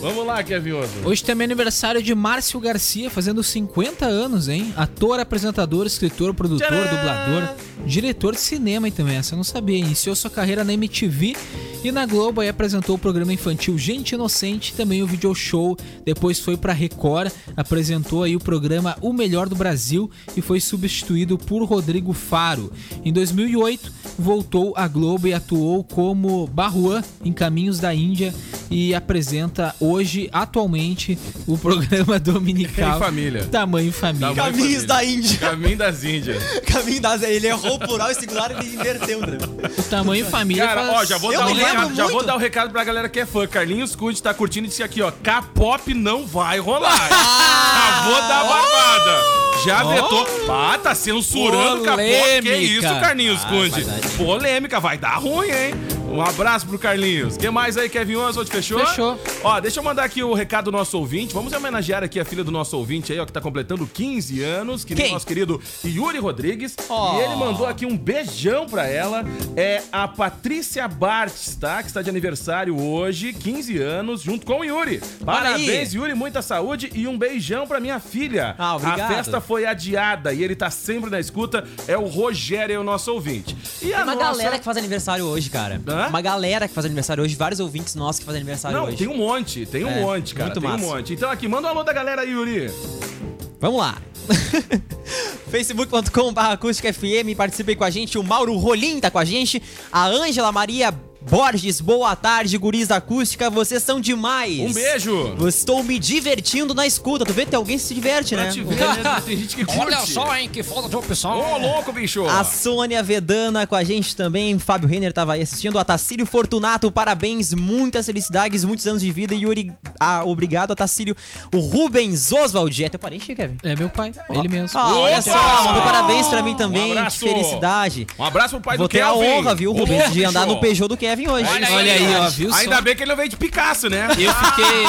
Speaker 4: Vamos lá, Kevin Oswald.
Speaker 6: Hoje também é aniversário de Márcio Garcia, fazendo 50 anos, hein? Ator, apresentador, escritor, produtor, dublador, diretor de cinema aí também. Essa eu não sabia. Iniciou sua carreira na MTV e na Globo aí apresentou o programa infantil Gente Inocente, também o video show. Depois foi pra Record, apresentou aí o programa O Melhor do Brasil e foi substituído por Rodrigo Faro. Em 2008, voltou à Globo e atuou como Barruan em Caminhos da Índia e apresenta hoje, atualmente, o programa dominical
Speaker 4: Em família. Tá
Speaker 6: Tamanho Família.
Speaker 4: Tamanho
Speaker 5: Caminhos
Speaker 4: Família.
Speaker 5: da Índia.
Speaker 4: Caminho das Índias.
Speaker 5: Caminho da Ele errou o plural e singular e inverteu, né?
Speaker 6: O Tamanho Família
Speaker 4: Cara,
Speaker 6: faz-
Speaker 4: ó, já vou,
Speaker 5: Eu
Speaker 4: dar um
Speaker 5: me lembro
Speaker 4: recado, já
Speaker 5: muito.
Speaker 4: vou dar o recado pra galera que é fã. Carlinhos Cud tá curtindo e disse aqui, ó, K-pop não vai rolar.
Speaker 5: Ah!
Speaker 4: já vou dar babada. Já vetou. Ah, tá censurando o K-pop. Que
Speaker 6: Polêmica.
Speaker 4: isso, Carlinhos
Speaker 5: Ah,
Speaker 4: Cunde?
Speaker 5: vai dar-
Speaker 4: Polêmica, vai dar ruim, hein? Um abraço pro Carlinhos. que mais aí, Kevin Oswald? Fechou?
Speaker 6: Fechou.
Speaker 4: Ó, deixa eu mandar aqui o recado do nosso ouvinte. Vamos homenagear aqui a filha do nosso ouvinte aí, ó, que tá completando 15 anos, que nem
Speaker 5: Quem?
Speaker 4: nosso querido Yuri Rodrigues.
Speaker 5: Ó.
Speaker 4: E ele mandou aqui um beijão pra ela. É a Patrícia Bartz, tá? Que está de aniversário hoje, 15 anos, junto com o Yuri. Parabéns,
Speaker 5: aí.
Speaker 4: Yuri, muita saúde e um beijão pra minha filha.
Speaker 5: Ah, obrigado.
Speaker 4: A festa foi adiada e ele tá sempre na escuta. É o Rogério, é o nosso ouvinte. E a
Speaker 5: Tem uma
Speaker 4: nossa-
Speaker 5: galera que faz aniversário hoje, cara.
Speaker 4: É, Hã?
Speaker 5: Uma galera que faz aniversário hoje, vários ouvintes nossos que fazem aniversário
Speaker 4: Não,
Speaker 5: tá hoje.
Speaker 4: tem um monte, tem um
Speaker 5: É,
Speaker 4: monte, cara.
Speaker 5: muito
Speaker 4: tem
Speaker 5: massa.
Speaker 4: um monte. Então aqui, manda um alô da galera aí, Yuri. um-
Speaker 5: Vamos lá. facebook.com.br acústica FM, participem com a gente. O Mauro Rolim tá com a gente. A Ângela Maria Borges, boa tarde, guris da acústica, vocês são demais.
Speaker 4: Um beijo.
Speaker 5: Estou me divertindo na escuta. Tu vê, tem alguém que se diverte,
Speaker 4: Pra
Speaker 5: né?
Speaker 4: te ver, né? Tem gente que curte.
Speaker 5: Olha
Speaker 4: só,
Speaker 7: hein, que foda de opção.
Speaker 4: Ô, louco, bicho.
Speaker 5: A Sônia Vedana com a gente também. Fábio Renner tava aí assistindo. Atacílio Fortunato, parabéns. Muitas felicidades, muitos anos de vida. E ori... ah, obrigado, Atacílio. O Rubens Oswald. É teu parente, Kevin?
Speaker 6: É meu pai, ele mesmo.
Speaker 5: Ah, olha só.
Speaker 4: Opa!
Speaker 5: mandou parabéns pra mim também.
Speaker 4: Um
Speaker 5: que
Speaker 4: abraço.
Speaker 5: felicidade.
Speaker 4: Um abraço pro pai
Speaker 5: Vou
Speaker 4: do
Speaker 5: ter
Speaker 4: Kevin.
Speaker 5: a honra, viu,
Speaker 4: Ô,
Speaker 5: Rubens, de
Speaker 4: bicho.
Speaker 5: andar no Peugeot do Kevin hoje.
Speaker 7: Olha aí, ó, viu
Speaker 4: Ainda
Speaker 7: só?
Speaker 4: bem que ele não veio de Picasso, né?
Speaker 7: Eu fiquei.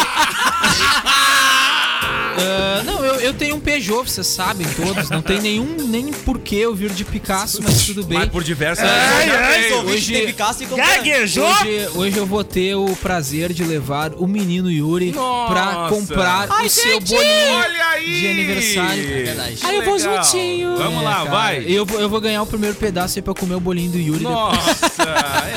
Speaker 6: Ah, não, eu, eu tenho um Peugeot, vocês sabem todos. Não tem nenhum, nem porquê eu vir de Picasso, mas tudo bem.
Speaker 4: Mas por diversas
Speaker 5: Ai,
Speaker 4: já
Speaker 5: ai,
Speaker 4: veio.
Speaker 5: sou ouvinte
Speaker 6: Hoje-
Speaker 5: de Picasso e
Speaker 12: Gaguejou?
Speaker 6: Hoje, hoje eu vou ter o prazer de levar o menino Yuri
Speaker 4: Nossa.
Speaker 6: pra comprar o seu bolinho
Speaker 4: Olha aí!
Speaker 6: de aniversário.
Speaker 4: É
Speaker 5: verdade. É,
Speaker 6: Aí eu vou
Speaker 4: Legal.
Speaker 6: juntinho.
Speaker 4: Vamos lá,
Speaker 6: cara,
Speaker 4: vai.
Speaker 6: Eu, vou- eu vou ganhar o primeiro pedaço aí pra comer o bolinho do Yuri.
Speaker 4: Nossa,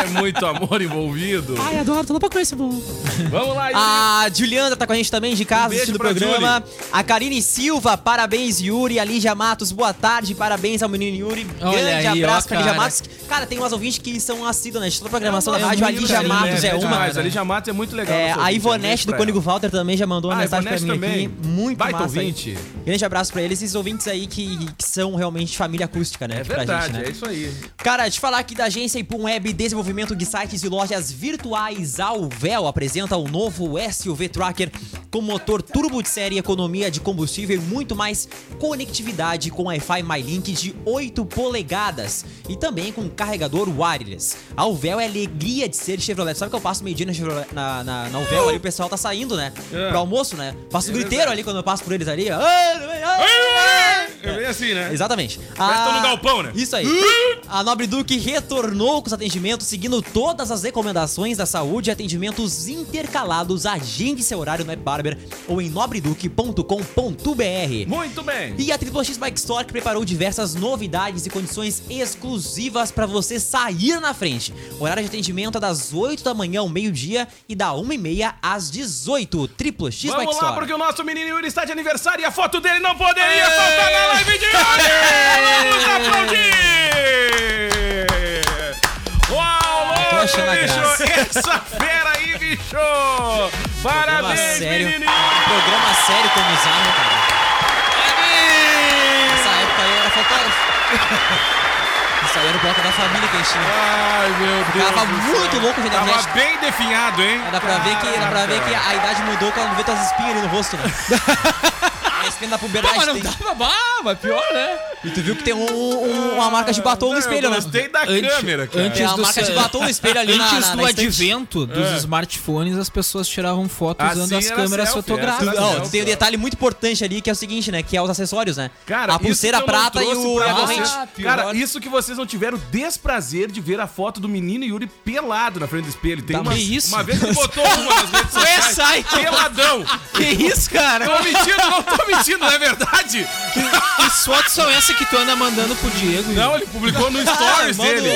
Speaker 4: é muito amor envolvido.
Speaker 6: Ai, adoro, tô louco pra comer esse bolo.
Speaker 4: Vamos lá, Yuri.
Speaker 5: A Juliandra tá com a gente também de casa,
Speaker 4: Um beijo
Speaker 5: assistindo o
Speaker 4: pra
Speaker 5: programa. A Karine Silva, parabéns, Yuri. A Lígia Matos, boa tarde, parabéns ao menino Yuri.
Speaker 6: Olha
Speaker 5: Grande
Speaker 6: aí,
Speaker 5: abraço
Speaker 6: ó,
Speaker 5: pra Lígia
Speaker 6: cara.
Speaker 5: Matos. Cara, tem umas ouvintes que são assíduas na toda a programação
Speaker 6: É
Speaker 5: da rádio. A
Speaker 6: muito
Speaker 5: Lígia
Speaker 6: legal,
Speaker 5: Matos
Speaker 6: né?
Speaker 5: é uma.
Speaker 4: Mas ali já mata é muito legal.
Speaker 5: É,
Speaker 4: nosso
Speaker 5: a
Speaker 4: ouvinte,
Speaker 5: Ivonete
Speaker 4: um
Speaker 5: do
Speaker 4: beijo
Speaker 5: Cônigo Walter também já mandou uma
Speaker 4: Ah,
Speaker 5: mensagem pra mim
Speaker 4: Ivonete também.
Speaker 5: aqui. Muito
Speaker 4: Baita
Speaker 5: massa aí.
Speaker 4: ouvinte.
Speaker 5: Grande abraço pra eles, esses ouvintes aí que, que são realmente família acústica, né?
Speaker 4: pra ela. É
Speaker 5: pra
Speaker 4: verdade,
Speaker 5: gente, né?
Speaker 4: é isso aí.
Speaker 5: Cara, te falar aqui da agência Ipum Web Desenvolvimento de Sites e Lojas Virtuais Alvel apresenta o novo SUV Tracker com motor turbo de série, economia de combustível e muito mais conectividade com Wi-Fi MyLink de 8 polegadas e também com carregador wireless. A Alvel é alegria de ser Chevrolet. Sabe que eu passo meio dia na, Chevrolet- na, na, na Alvel ali, o pessoal tá saindo, né?
Speaker 4: É.
Speaker 5: Pro almoço, né? Faço
Speaker 4: É
Speaker 5: griteiro
Speaker 4: verdade.
Speaker 5: ali quando eu passo por eles ali. ó. Ai, ai, ai.
Speaker 4: É bem assim, né?
Speaker 5: Exatamente. Ah,
Speaker 4: Parece que tô no galpão, né?
Speaker 5: Isso aí. A Nobre Duque retornou com os atendimentos, seguindo todas as recomendações da saúde e atendimentos intercalados. Agende seu horário no App Barber ou em nobreduque.com.br.
Speaker 4: Muito bem.
Speaker 5: E a Triple X Bike Store que preparou diversas novidades e condições exclusivas para você sair na frente. O horário de atendimento é das 8 da manhã ao meio-dia e da 1h30 às 18. Triple X Bike
Speaker 4: Vamos lá,
Speaker 5: Store.
Speaker 4: porque o nosso menino Yuri está de aniversário e a foto dele não poderia faltar na live de hoje! Vamos aplaudir!
Speaker 5: Tô
Speaker 4: Uau,
Speaker 5: achando a
Speaker 4: bicho!
Speaker 5: graça.
Speaker 4: Essa fera aí, bicho!
Speaker 5: Programa
Speaker 4: Parabéns,
Speaker 5: sério.
Speaker 4: menino!
Speaker 5: Programa sério como usar, né, cara? Essa época aí era fantástico. Isso aí era o bloco da família que a gente tinha.
Speaker 4: Ai, meu Deus!
Speaker 5: Tava
Speaker 4: do
Speaker 5: muito
Speaker 4: céu.
Speaker 5: louco o Vina
Speaker 4: Tava
Speaker 5: Flash.
Speaker 4: bem definhado, hein?
Speaker 5: Mas Dá pra, ver que, dá pra ver que a idade mudou quando vê tuas espinhas ali no rosto, né? A espinha da puberdade.
Speaker 7: Mas não
Speaker 5: tem-
Speaker 4: tá-
Speaker 7: dava, bah, mas pior, né?
Speaker 5: E tu viu que tem um- um- uma marca de batom no
Speaker 4: Não,
Speaker 5: espelho,
Speaker 4: eu
Speaker 5: né?
Speaker 4: gostei da câmera, cara.
Speaker 5: Tem uma marca de batom no espelho ali na-
Speaker 6: Antes
Speaker 5: na-
Speaker 6: do
Speaker 5: na estante.
Speaker 6: advento dos
Speaker 4: É.
Speaker 6: smartphones, as pessoas tiravam fotos
Speaker 4: Assim
Speaker 6: usando as
Speaker 4: era
Speaker 6: câmeras
Speaker 4: selfie,
Speaker 6: fotográficas.
Speaker 4: essa era assim.
Speaker 5: Não,
Speaker 4: Não,
Speaker 5: tem um
Speaker 4: cara.
Speaker 5: detalhe muito importante ali que é o seguinte, né? Que é os acessórios, né?
Speaker 4: Cara,
Speaker 5: a pulseira
Speaker 4: isso que eu não
Speaker 5: prata e
Speaker 4: trouxe
Speaker 5: o é
Speaker 4: pra
Speaker 5: a
Speaker 4: vocês.
Speaker 5: corrente.
Speaker 4: Cara, isso que vocês não tiveram desprazer de ver a foto do menino Yuri pelado na frente do espelho. Tem
Speaker 5: Tá,
Speaker 4: uma,
Speaker 5: mas isso?
Speaker 4: uma vez ele botou uma nas redes sociais.
Speaker 5: Essa aí.
Speaker 4: Peladão.
Speaker 6: Que isso, cara?
Speaker 4: Tô mentindo, não tô mentindo, não é verdade?
Speaker 6: Que fotos são essas que tu anda mandando pro Diego?
Speaker 4: Não, ele publicou no
Speaker 5: Ah,
Speaker 4: stories
Speaker 5: Manda
Speaker 4: dele.
Speaker 5: um-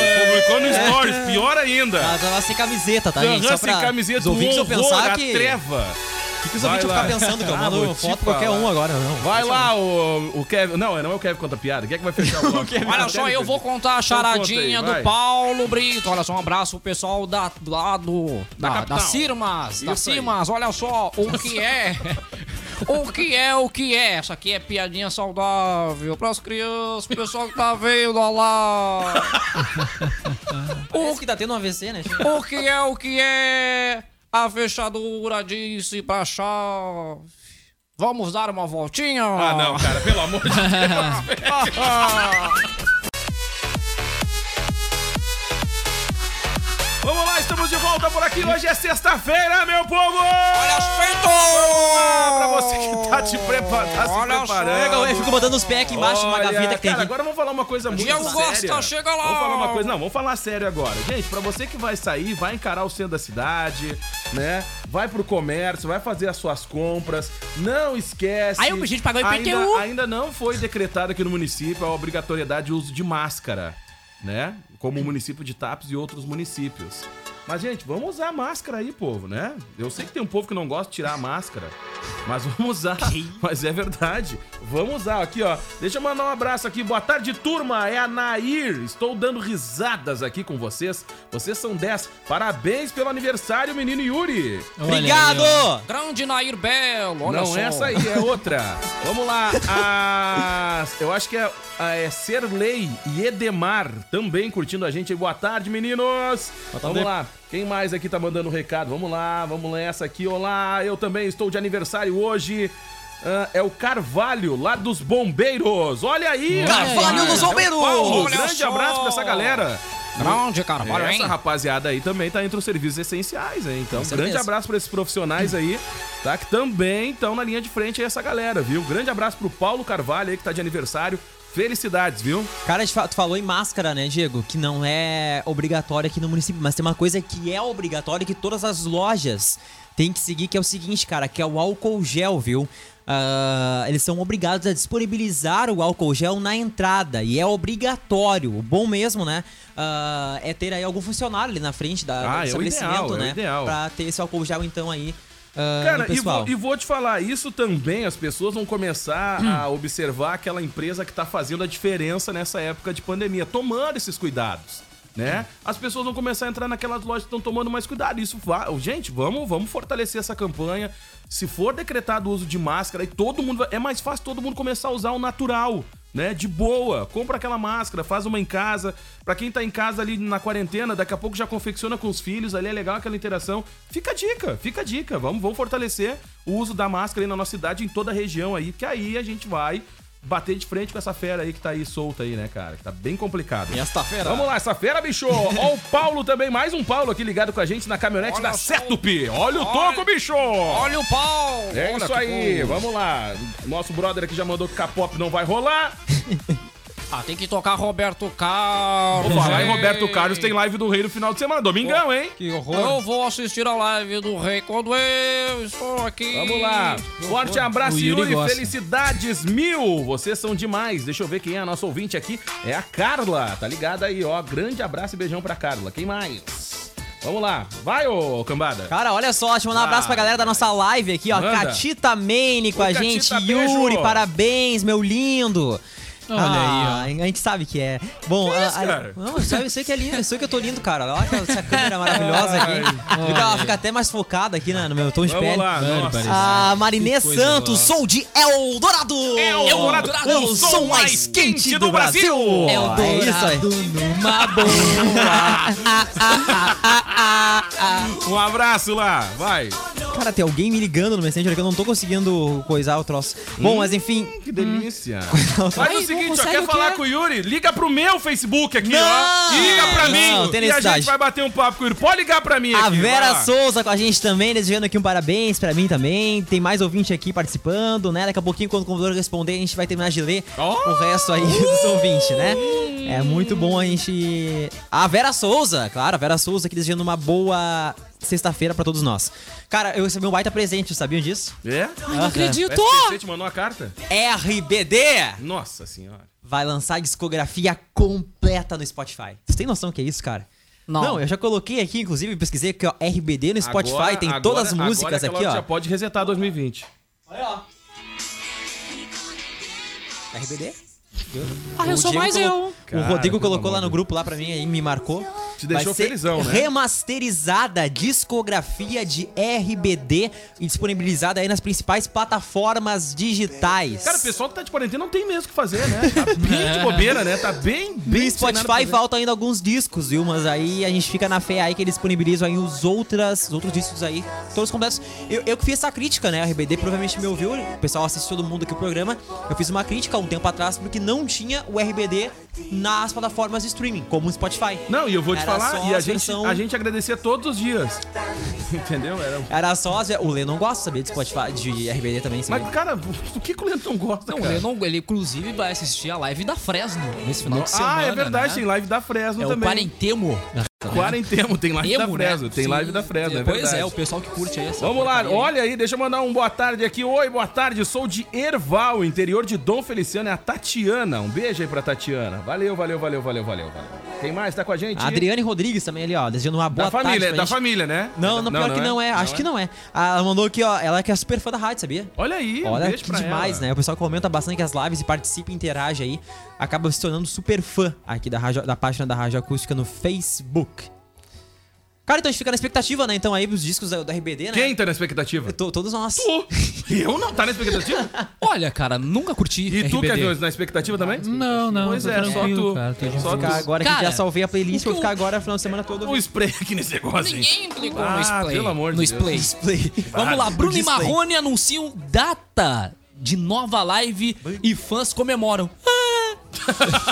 Speaker 4: Publicou no stories, pior ainda.
Speaker 5: Ela tava sem camiseta, tá, gente?
Speaker 4: Aham,
Speaker 5: Só
Speaker 4: sem
Speaker 5: pra os
Speaker 4: camiseta, um
Speaker 5: ouvintes vão
Speaker 4: horror,
Speaker 5: pensar
Speaker 4: a
Speaker 5: que...
Speaker 4: treva.
Speaker 5: que os
Speaker 4: Vai
Speaker 5: ouvintes vão
Speaker 4: lá.
Speaker 5: ficar pensando que eu
Speaker 4: Ah,
Speaker 5: mando
Speaker 4: vou te
Speaker 5: foto pra qualquer
Speaker 4: falar.
Speaker 5: um agora, não.
Speaker 4: Vai lá, o, o Kevin. Não, não é o Kevin conta piada. Quem é que vai fechar o bloco?
Speaker 7: Olha só, eu vou
Speaker 4: Então
Speaker 7: contar a charadinha do Paulo Brito. Olha só, um abraço pro pessoal da, lá do. Da,
Speaker 4: capital.
Speaker 7: das Cirmas. Das
Speaker 4: Isso aí.
Speaker 7: Cirmas, olha só, o que é. O que é, o que é? Essa aqui é piadinha saudável pras crianças, pro pessoal que tá vendo olha lá.
Speaker 5: O que tá tendo um AVC, né?
Speaker 7: O que é o que é? A fechadura disse pra chave. Vamos dar uma voltinha?
Speaker 4: Ah, não, cara, pelo amor de Deus. Vamos lá, estamos de volta por aqui. Hoje é sexta-feira, meu povo! Olha Pra você que tá te preparando, tá se
Speaker 7: Olha só.
Speaker 4: preparando.
Speaker 5: Eu fico botando os pés aqui embaixo numa
Speaker 4: Olha,
Speaker 5: gaveta que tem
Speaker 4: cara,
Speaker 5: aqui.
Speaker 4: agora vamos falar uma coisa muito
Speaker 7: Diego
Speaker 4: séria.
Speaker 7: Costa, chega lá.
Speaker 4: né? Vamos falar uma coisa, não, vamos falar sério agora. Gente, pra você que vai sair, vai encarar o centro da cidade, né? Vai pro comércio, vai fazer as suas compras. Não esquece.
Speaker 8: Aí o bicho pagou IPTU.
Speaker 4: Ainda, ainda não foi decretado aqui no município a obrigatoriedade de uso de máscara, né? Como o município de Tapes e outros municípios. Mas, gente, vamos usar a máscara aí, povo, né? Eu sei que tem um povo que não gosta de tirar a máscara. Mas vamos usar. Mas é verdade. Vamos usar. Aqui, ó. Deixa eu mandar um abraço aqui. Boa tarde, turma. É a Nair. Estou dando risadas aqui com vocês. Vocês são 10. Parabéns pelo aniversário, menino Yuri.
Speaker 7: Grande Nair Belo, olha
Speaker 4: Não
Speaker 7: só.
Speaker 4: é essa aí, é outra. Vamos lá. a- Eu acho que é, a- é Serlei e Edemar também curtindo a gente. Boa tarde, meninos. Vamos
Speaker 11: tarde.
Speaker 4: lá. Quem mais aqui tá mandando recado? Vamos lá, vamos nessa aqui. Olá, eu também estou de aniversário hoje. Ah, é o Carvalho, lá dos Bombeiros. Olha aí!
Speaker 7: Carvalho
Speaker 4: rapaz.
Speaker 7: dos
Speaker 4: É o
Speaker 7: Bombeiros.
Speaker 4: Paulo.
Speaker 7: Olha
Speaker 4: Grande
Speaker 7: só.
Speaker 4: abraço pra essa galera.
Speaker 7: Grande Carvalho,
Speaker 4: Essa
Speaker 7: hein?
Speaker 4: rapaziada aí também tá entre os serviços essenciais, hein? Então,
Speaker 7: Com
Speaker 4: grande
Speaker 7: certeza.
Speaker 4: abraço pra esses profissionais aí, tá? Que também estão na linha de frente aí essa galera, viu? Grande abraço pro Paulo Carvalho aí que tá de aniversário. Felicidades, viu?
Speaker 5: Cara, de fa- tu falou em máscara, né, Diego? Que não é obrigatória aqui no município, mas tem uma coisa que é obrigatória e que todas as lojas têm que seguir, que é o seguinte, cara, que é o álcool gel, viu? Ah, eles são obrigados a disponibilizar o álcool gel na entrada e é obrigatório. O bom mesmo, né? ah, é ter aí algum funcionário ali na frente da,
Speaker 4: Ah,
Speaker 5: do
Speaker 4: é o
Speaker 5: estabelecimento,
Speaker 4: ideal, é o
Speaker 5: né?
Speaker 4: ideal.
Speaker 5: Pra ter esse álcool gel, então, aí. ah, no
Speaker 4: Cara, e
Speaker 5: pessoal.
Speaker 4: vou, e vou te falar, isso também as pessoas vão começar
Speaker 5: Hum.
Speaker 4: a observar aquela empresa que tá fazendo a diferença nessa época de pandemia, tomando esses cuidados, né? As pessoas vão começar a entrar naquelas lojas que estão tomando mais cuidado. Isso vai, gente, vamos, vamos fortalecer essa campanha. Se for decretado o uso de máscara, e todo mundo vai- é mais fácil todo mundo começar a usar o natural. Né, de boa, compra aquela máscara, faz uma em casa. Pra quem tá em casa ali na quarentena, daqui a pouco já confecciona com os filhos, ali é legal aquela interação. Fica a dica, fica a dica. Vamos, vamos fortalecer o uso da máscara aí na nossa cidade, em toda a região aí, que aí a gente vai bater de frente com essa fera aí que tá aí solta aí, né, cara? Que tá bem complicado. E
Speaker 5: esta fera?
Speaker 4: Vamos lá, essa fera, bicho! Ó o Paulo também, mais um Paulo aqui ligado com a gente na caminhonete da Setup. Olha o toco, bicho!
Speaker 7: Olha o pau!
Speaker 4: É
Speaker 7: Olha
Speaker 4: isso
Speaker 7: que
Speaker 4: aí,
Speaker 7: coisa.
Speaker 4: vamos lá. Nosso brother aqui já mandou que K-pop não vai rolar.
Speaker 7: Ah, tem que tocar Roberto Carlos.
Speaker 4: Vou falar em
Speaker 7: hein?
Speaker 4: Roberto Carlos, tem live do Rei no final de semana, domingão, hein?
Speaker 5: Que
Speaker 7: Eu vou assistir a live do rei quando eu estou aqui.
Speaker 4: Vamos lá. Forte abraço,
Speaker 7: O Yuri
Speaker 4: Yuri.
Speaker 7: gosta.
Speaker 4: Felicidades mil. Vocês são demais. Deixa eu ver quem é a nossa ouvinte aqui. É a Carla. Tá ligada aí, ó. Grande abraço e beijão pra Carla. Quem mais? Vamos lá. Vai, ô cambada.
Speaker 5: Cara, olha só, deixa eu mandar um abraço pra galera da nossa live aqui, ó.
Speaker 4: Manda.
Speaker 5: Catita Mane com
Speaker 4: Ô,
Speaker 5: a
Speaker 4: Catita,
Speaker 5: gente.
Speaker 4: beijo.
Speaker 5: Yuri, parabéns, meu lindo.
Speaker 6: Olha
Speaker 5: aí, ó. A gente sabe que é. Bom,
Speaker 6: Que
Speaker 5: a-
Speaker 6: isso,
Speaker 5: a-
Speaker 6: cara?
Speaker 5: não, eu sei, eu sei que é lindo, eu sei que eu tô lindo, cara. Olha aquela- essa câmera maravilhosa aqui. Fica, ela fica até mais focada aqui na- no meu tom de
Speaker 4: Vamos
Speaker 5: pele.
Speaker 4: lá, nossa.
Speaker 5: a Marinê
Speaker 4: Que coisa
Speaker 5: Santos,
Speaker 4: boa.
Speaker 5: sou de Eldorado!
Speaker 4: Eldorado,
Speaker 5: Eu sou mais quente do Brasil!
Speaker 6: Eldorado
Speaker 5: É isso aí.
Speaker 6: numa boa.
Speaker 4: Um abraço lá, vai.
Speaker 5: Cara, tem alguém me ligando no Messenger que eu não tô conseguindo coisar o troço. Bom, mas enfim.
Speaker 4: Que delícia.
Speaker 5: Não,
Speaker 4: Faz o seguinte, ó, quer falar com o Yuri? Liga pro meu Facebook aqui, ó. Liga pra
Speaker 5: Não,
Speaker 4: mim.
Speaker 5: não tem
Speaker 4: e a gente
Speaker 5: necessidade.
Speaker 4: vai bater um papo com o Yuri. Pode ligar pra mim
Speaker 5: A
Speaker 4: aqui. vai
Speaker 5: Vera
Speaker 4: lá.
Speaker 5: Souza com a gente também, desejando aqui um parabéns pra mim também. Tem mais ouvinte aqui participando, né? Daqui a pouquinho, quando o computador responder, a gente vai terminar de ler
Speaker 4: Oh!
Speaker 5: o resto aí dos ouvintes, né? É muito bom a gente. A Vera Souza, claro, a Vera Souza aqui desejando uma boa sexta-feira pra todos nós. Cara, eu recebi um baita presente, sabiam disso?
Speaker 4: É?
Speaker 5: não acredito.
Speaker 4: O SPC te mandou a carta?
Speaker 5: RBD!
Speaker 4: Nossa senhora.
Speaker 5: vai lançar a discografia completa no Spotify. Você tem noção que é isso, cara?
Speaker 4: Não.
Speaker 5: eu já coloquei aqui, inclusive, pesquisei aqui, ó, RBD no Spotify,
Speaker 4: Agora-
Speaker 5: tem
Speaker 4: agora-
Speaker 5: todas as
Speaker 4: agora
Speaker 5: músicas
Speaker 4: é aquela
Speaker 5: aqui,
Speaker 4: que
Speaker 5: ó.
Speaker 4: Já pode resetar 2020.
Speaker 5: RBD?
Speaker 7: Ah, eu
Speaker 5: O
Speaker 7: sou
Speaker 5: Diego
Speaker 7: mais
Speaker 5: colo-
Speaker 7: eu.
Speaker 5: O
Speaker 4: Cara,
Speaker 5: Rodrigo
Speaker 4: pelo
Speaker 5: colocou lá
Speaker 4: amor
Speaker 5: no grupo lá pra mim aí, me marcou.
Speaker 4: Te deixou
Speaker 5: Vai ser
Speaker 4: felizão, né?
Speaker 5: Remasterizada a discografia de RBD e disponibilizada aí nas principais plataformas digitais.
Speaker 4: Cara, o pessoal que tá de quarentena não tem mesmo o que fazer, né? Tá bem de bobeira, né? Tá bem, bem. sem
Speaker 5: No
Speaker 4: nada pra
Speaker 5: Spotify
Speaker 4: fazer.
Speaker 5: faltam ainda alguns discos, viu? Mas aí a gente fica na fé aí que eles disponibilizam aí os outras, os outros discos aí, todos completos. Eu, eu que fiz essa crítica, né? A RBD provavelmente me ouviu, o pessoal assiste todo mundo aqui o programa. Eu fiz uma crítica há um tempo atrás porque não tinha o RBD nas plataformas de streaming, como o Spotify.
Speaker 4: Não, e eu vou te
Speaker 5: Era
Speaker 4: falar,
Speaker 5: só
Speaker 4: e a
Speaker 5: as
Speaker 4: gente,
Speaker 5: versão-
Speaker 4: a gente agradecia todos os dias. Entendeu? Era... um
Speaker 5: Era só. as- O Lê não gosta, sabia? De Spotify, de RBD também. sabia?
Speaker 4: Mas, cara, do que, que o Lennon gosta?
Speaker 11: Não,
Speaker 4: cara?
Speaker 11: o Lennon, ele inclusive vai assistir a live da Fresno nesse final
Speaker 4: Ah,
Speaker 11: de semana.
Speaker 4: é verdade,
Speaker 11: né?
Speaker 4: tem live da Fresno
Speaker 11: É o
Speaker 4: também.
Speaker 11: Quarentemo.
Speaker 4: Quarentemo, tem live da
Speaker 11: Emo, né?
Speaker 4: Fresno. Tem
Speaker 11: Sim.
Speaker 4: live da Fresno, é
Speaker 11: Pois
Speaker 4: verdade.
Speaker 11: é, o pessoal que curte aí essa
Speaker 4: Vamos lá,
Speaker 11: porcaria aí.
Speaker 4: olha aí, deixa eu mandar um boa tarde aqui. Oi, boa tarde, sou de Erval, interior de Dom Feliciano, é a Tatiana. Um beijo aí pra Tatiana. Valeu, valeu, valeu, valeu, valeu, valeu. Quem mais tá com a gente?
Speaker 5: A Adriane Rodrigues também ali, ó, desejando uma boa
Speaker 4: da família,
Speaker 5: tarde pra
Speaker 4: da
Speaker 5: gente.
Speaker 4: família, né?
Speaker 5: Não, não, pior que não é, acho que não é. Ah, Ela mandou aqui, ó, ela que é super fã da rádio, sabia?
Speaker 4: Olha aí, um
Speaker 5: Olha
Speaker 4: beijo
Speaker 5: que
Speaker 4: pra
Speaker 5: demais,
Speaker 4: ela.
Speaker 5: né? O pessoal comenta bastante as lives e participa e interage aí. Acaba se tornando super fã aqui da, rádio- da página da Rádio Acústica no Facebook. Cara, então a gente fica na expectativa, né? Então aí dos discos da, da RBD, né?
Speaker 4: Quem tá na expectativa?
Speaker 5: todos nós.
Speaker 4: Eu não, tá na expectativa?
Speaker 11: Olha, cara, nunca curti
Speaker 4: E tu,
Speaker 11: RBD.
Speaker 4: Kevin, na expectativa também?
Speaker 11: Não, não.
Speaker 4: Pois
Speaker 11: tô
Speaker 4: é, só
Speaker 11: tranquilo,
Speaker 4: tu.
Speaker 11: cara, tô de
Speaker 4: Só
Speaker 11: boa.
Speaker 4: tu.
Speaker 5: Ficar agora que
Speaker 11: Cara,
Speaker 5: já salvei a playlist,
Speaker 11: o
Speaker 5: vou
Speaker 11: que
Speaker 5: ficar agora o final de semana todo.
Speaker 4: O spray aqui nesse negócio, hein?
Speaker 11: Ninguém clicou
Speaker 4: Ah,
Speaker 11: no display.
Speaker 4: pelo amor de
Speaker 11: no
Speaker 4: Deus.
Speaker 11: display. Vamos lá,
Speaker 4: Claro,
Speaker 11: Bruno e
Speaker 4: Ah, display.
Speaker 11: Marrone anunciam data de nova live e fãs comemoram.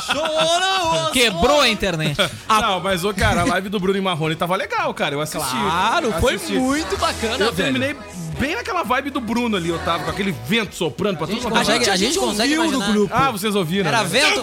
Speaker 5: Chorou!
Speaker 11: Quebrou a internet.
Speaker 4: Não, mas, ô, cara, a live do Bruno e Marrone tava legal, cara. Eu assisti.
Speaker 11: Claro, foi
Speaker 4: assisti.
Speaker 11: muito bacana,
Speaker 4: Eu
Speaker 11: velho.
Speaker 4: terminei bem naquela vibe do Bruno ali, Otávio, com aquele vento soprando pra tudo quanto
Speaker 5: a
Speaker 4: é
Speaker 5: gente-
Speaker 4: lado.
Speaker 5: a gente consegue imaginar.
Speaker 4: Ah, vocês ouviram.
Speaker 5: Era
Speaker 4: né?
Speaker 5: vento.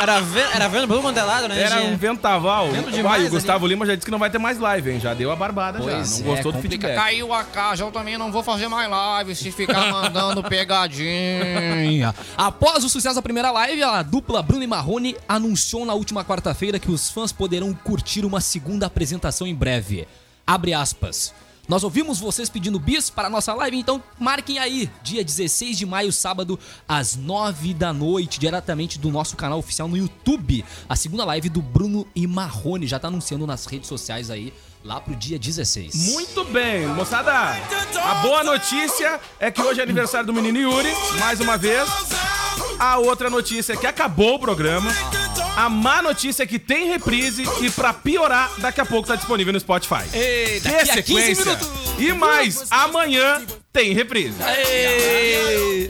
Speaker 5: Era vento, era vento pelo quanto é lado, né?
Speaker 4: Era um
Speaker 5: gente?
Speaker 4: ventaval.
Speaker 5: Vento
Speaker 4: Vai,
Speaker 5: demais
Speaker 4: o Gustavo Lima já disse que não vai ter mais live, hein? Já deu a barbada
Speaker 11: Pois
Speaker 4: já.
Speaker 11: é,
Speaker 4: Não gostou do
Speaker 11: complica-
Speaker 4: feedback.
Speaker 7: Caiu a caixa, eu também não vou fazer mais live se ficar mandando pegadinha.
Speaker 11: Após o sucesso da primeira live, a dupla Bruno e Marrone anunciou na última quarta-feira que os fãs poderão curtir uma segunda apresentação em breve. Abre aspas. Nós ouvimos vocês pedindo bis para a nossa live, então marquem aí, dia 16 de maio, sábado, às 9 da noite, diretamente do nosso canal oficial no YouTube. A segunda live do Bruno e Marrone já tá anunciando nas redes sociais aí, lá pro dia 16.
Speaker 4: Muito bem, moçada. A boa notícia é que hoje é aniversário do menino Yuri, mais uma vez. A outra notícia é que acabou o programa. A má notícia é que tem reprise e pra piorar, daqui a pouco tá disponível no Spotify.
Speaker 11: Ei,
Speaker 4: Que
Speaker 11: daqui a 15
Speaker 4: sequência!
Speaker 11: minutos.
Speaker 4: E mais, amanhã tem reprise.
Speaker 5: Pra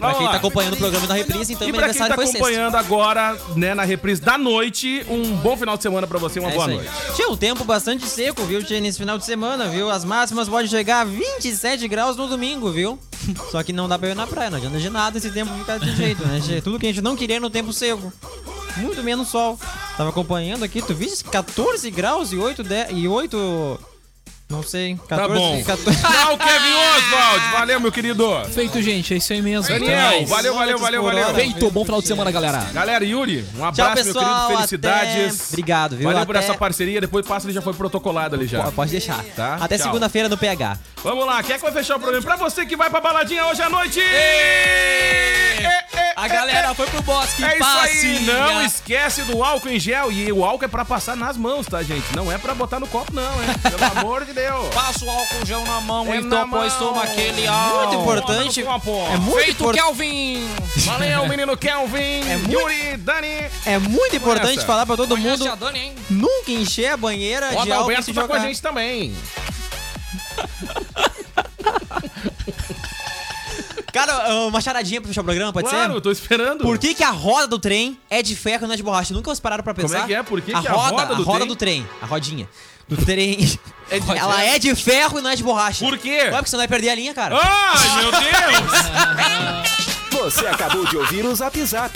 Speaker 4: Vamos
Speaker 5: quem
Speaker 4: lá.
Speaker 5: tá acompanhando o programa da reprise, então
Speaker 4: E
Speaker 5: meu
Speaker 4: pra quem tá
Speaker 5: aniversário foi sexta.
Speaker 4: acompanhando agora, né, na reprise da noite, um bom final de semana pra você, uma
Speaker 5: É
Speaker 4: boa
Speaker 5: isso aí.
Speaker 4: noite.
Speaker 5: Tinha um tempo bastante seco, viu, Tchê, nesse final de semana, viu? As máximas podem chegar a 27 graus no domingo, viu? Só que não dá pra ir na praia, não adianta de nada esse tempo ficar desse jeito, né, Tchê? Tudo que a gente não queria no tempo seco. Muito menos sol. Tava acompanhando aqui, tu viste 14 graus e 8... De... e 8... Não sei,
Speaker 4: Tá
Speaker 5: 14...
Speaker 4: bom.
Speaker 5: 14...
Speaker 4: Tchau, Kevin Oswald. Valeu, meu querido.
Speaker 11: Feito, gente, é isso aí mesmo. Até
Speaker 4: Daniel,
Speaker 11: mais.
Speaker 4: valeu, valeu, valeu, valeu.
Speaker 11: Feito, bom final de semana, galera.
Speaker 4: Galera, Yuri, um abraço,
Speaker 5: Tchau,
Speaker 4: meu
Speaker 5: pessoal,
Speaker 4: querido.
Speaker 5: até-
Speaker 4: Felicidades.
Speaker 5: Obrigado, viu?
Speaker 4: Valeu por
Speaker 5: Até-
Speaker 4: essa parceria. Depois passa, ele já foi protocolado ali já.
Speaker 5: Pô, Ah, Pode deixar.
Speaker 4: Tá,
Speaker 5: Até
Speaker 4: tchau.
Speaker 5: segunda-feira no PH.
Speaker 4: Vamos lá, quem é que vai fechar o programa? Pra você que vai pra baladinha hoje à noite!
Speaker 11: A galera foi pro bosque.
Speaker 4: É isso aí,
Speaker 11: passinha.
Speaker 4: não esquece do álcool em gel. E o álcool é pra passar nas mãos, tá, gente? Não é pra botar no copo, não, hein? Pelo amor de Deus.
Speaker 7: Passo álcool gel na mão
Speaker 4: É
Speaker 7: e
Speaker 4: na
Speaker 7: depois
Speaker 4: mão.
Speaker 7: toma aquele álcool.
Speaker 5: Muito importante.
Speaker 4: Bota no copo.
Speaker 5: É muito
Speaker 7: Feito
Speaker 5: importante.
Speaker 7: Kelvin.
Speaker 4: Valeu, menino Kelvin,
Speaker 5: É muito-
Speaker 4: Yuri, Dani.
Speaker 5: É muito importante
Speaker 4: essa.
Speaker 5: falar pra todo
Speaker 7: Conhece
Speaker 5: mundo
Speaker 7: a Dani, hein?
Speaker 5: nunca encher a banheira
Speaker 4: O
Speaker 5: de álcool e
Speaker 4: Adalberto
Speaker 5: se
Speaker 4: tá com
Speaker 5: jogar.
Speaker 4: a gente também.
Speaker 5: Cara, ah, uma charadinha pra fechar o programa, pode
Speaker 4: Claro,
Speaker 5: ser?
Speaker 4: tô esperando.
Speaker 5: Por que, que a roda do trem é de ferro e não é de borracha? Nunca vocês pararam pra pensar?
Speaker 4: é que é? Por que
Speaker 5: a
Speaker 4: que
Speaker 5: roda,
Speaker 4: a roda do
Speaker 5: a roda
Speaker 4: trem-
Speaker 5: do trem, a rodinha do trem, ela é de ferro e não é de borracha.
Speaker 4: Por quê?
Speaker 5: Ué, porque senão vai perder a linha, cara.
Speaker 4: Ai, meu Deus!
Speaker 3: Você acabou de ouvir o Zap Zap.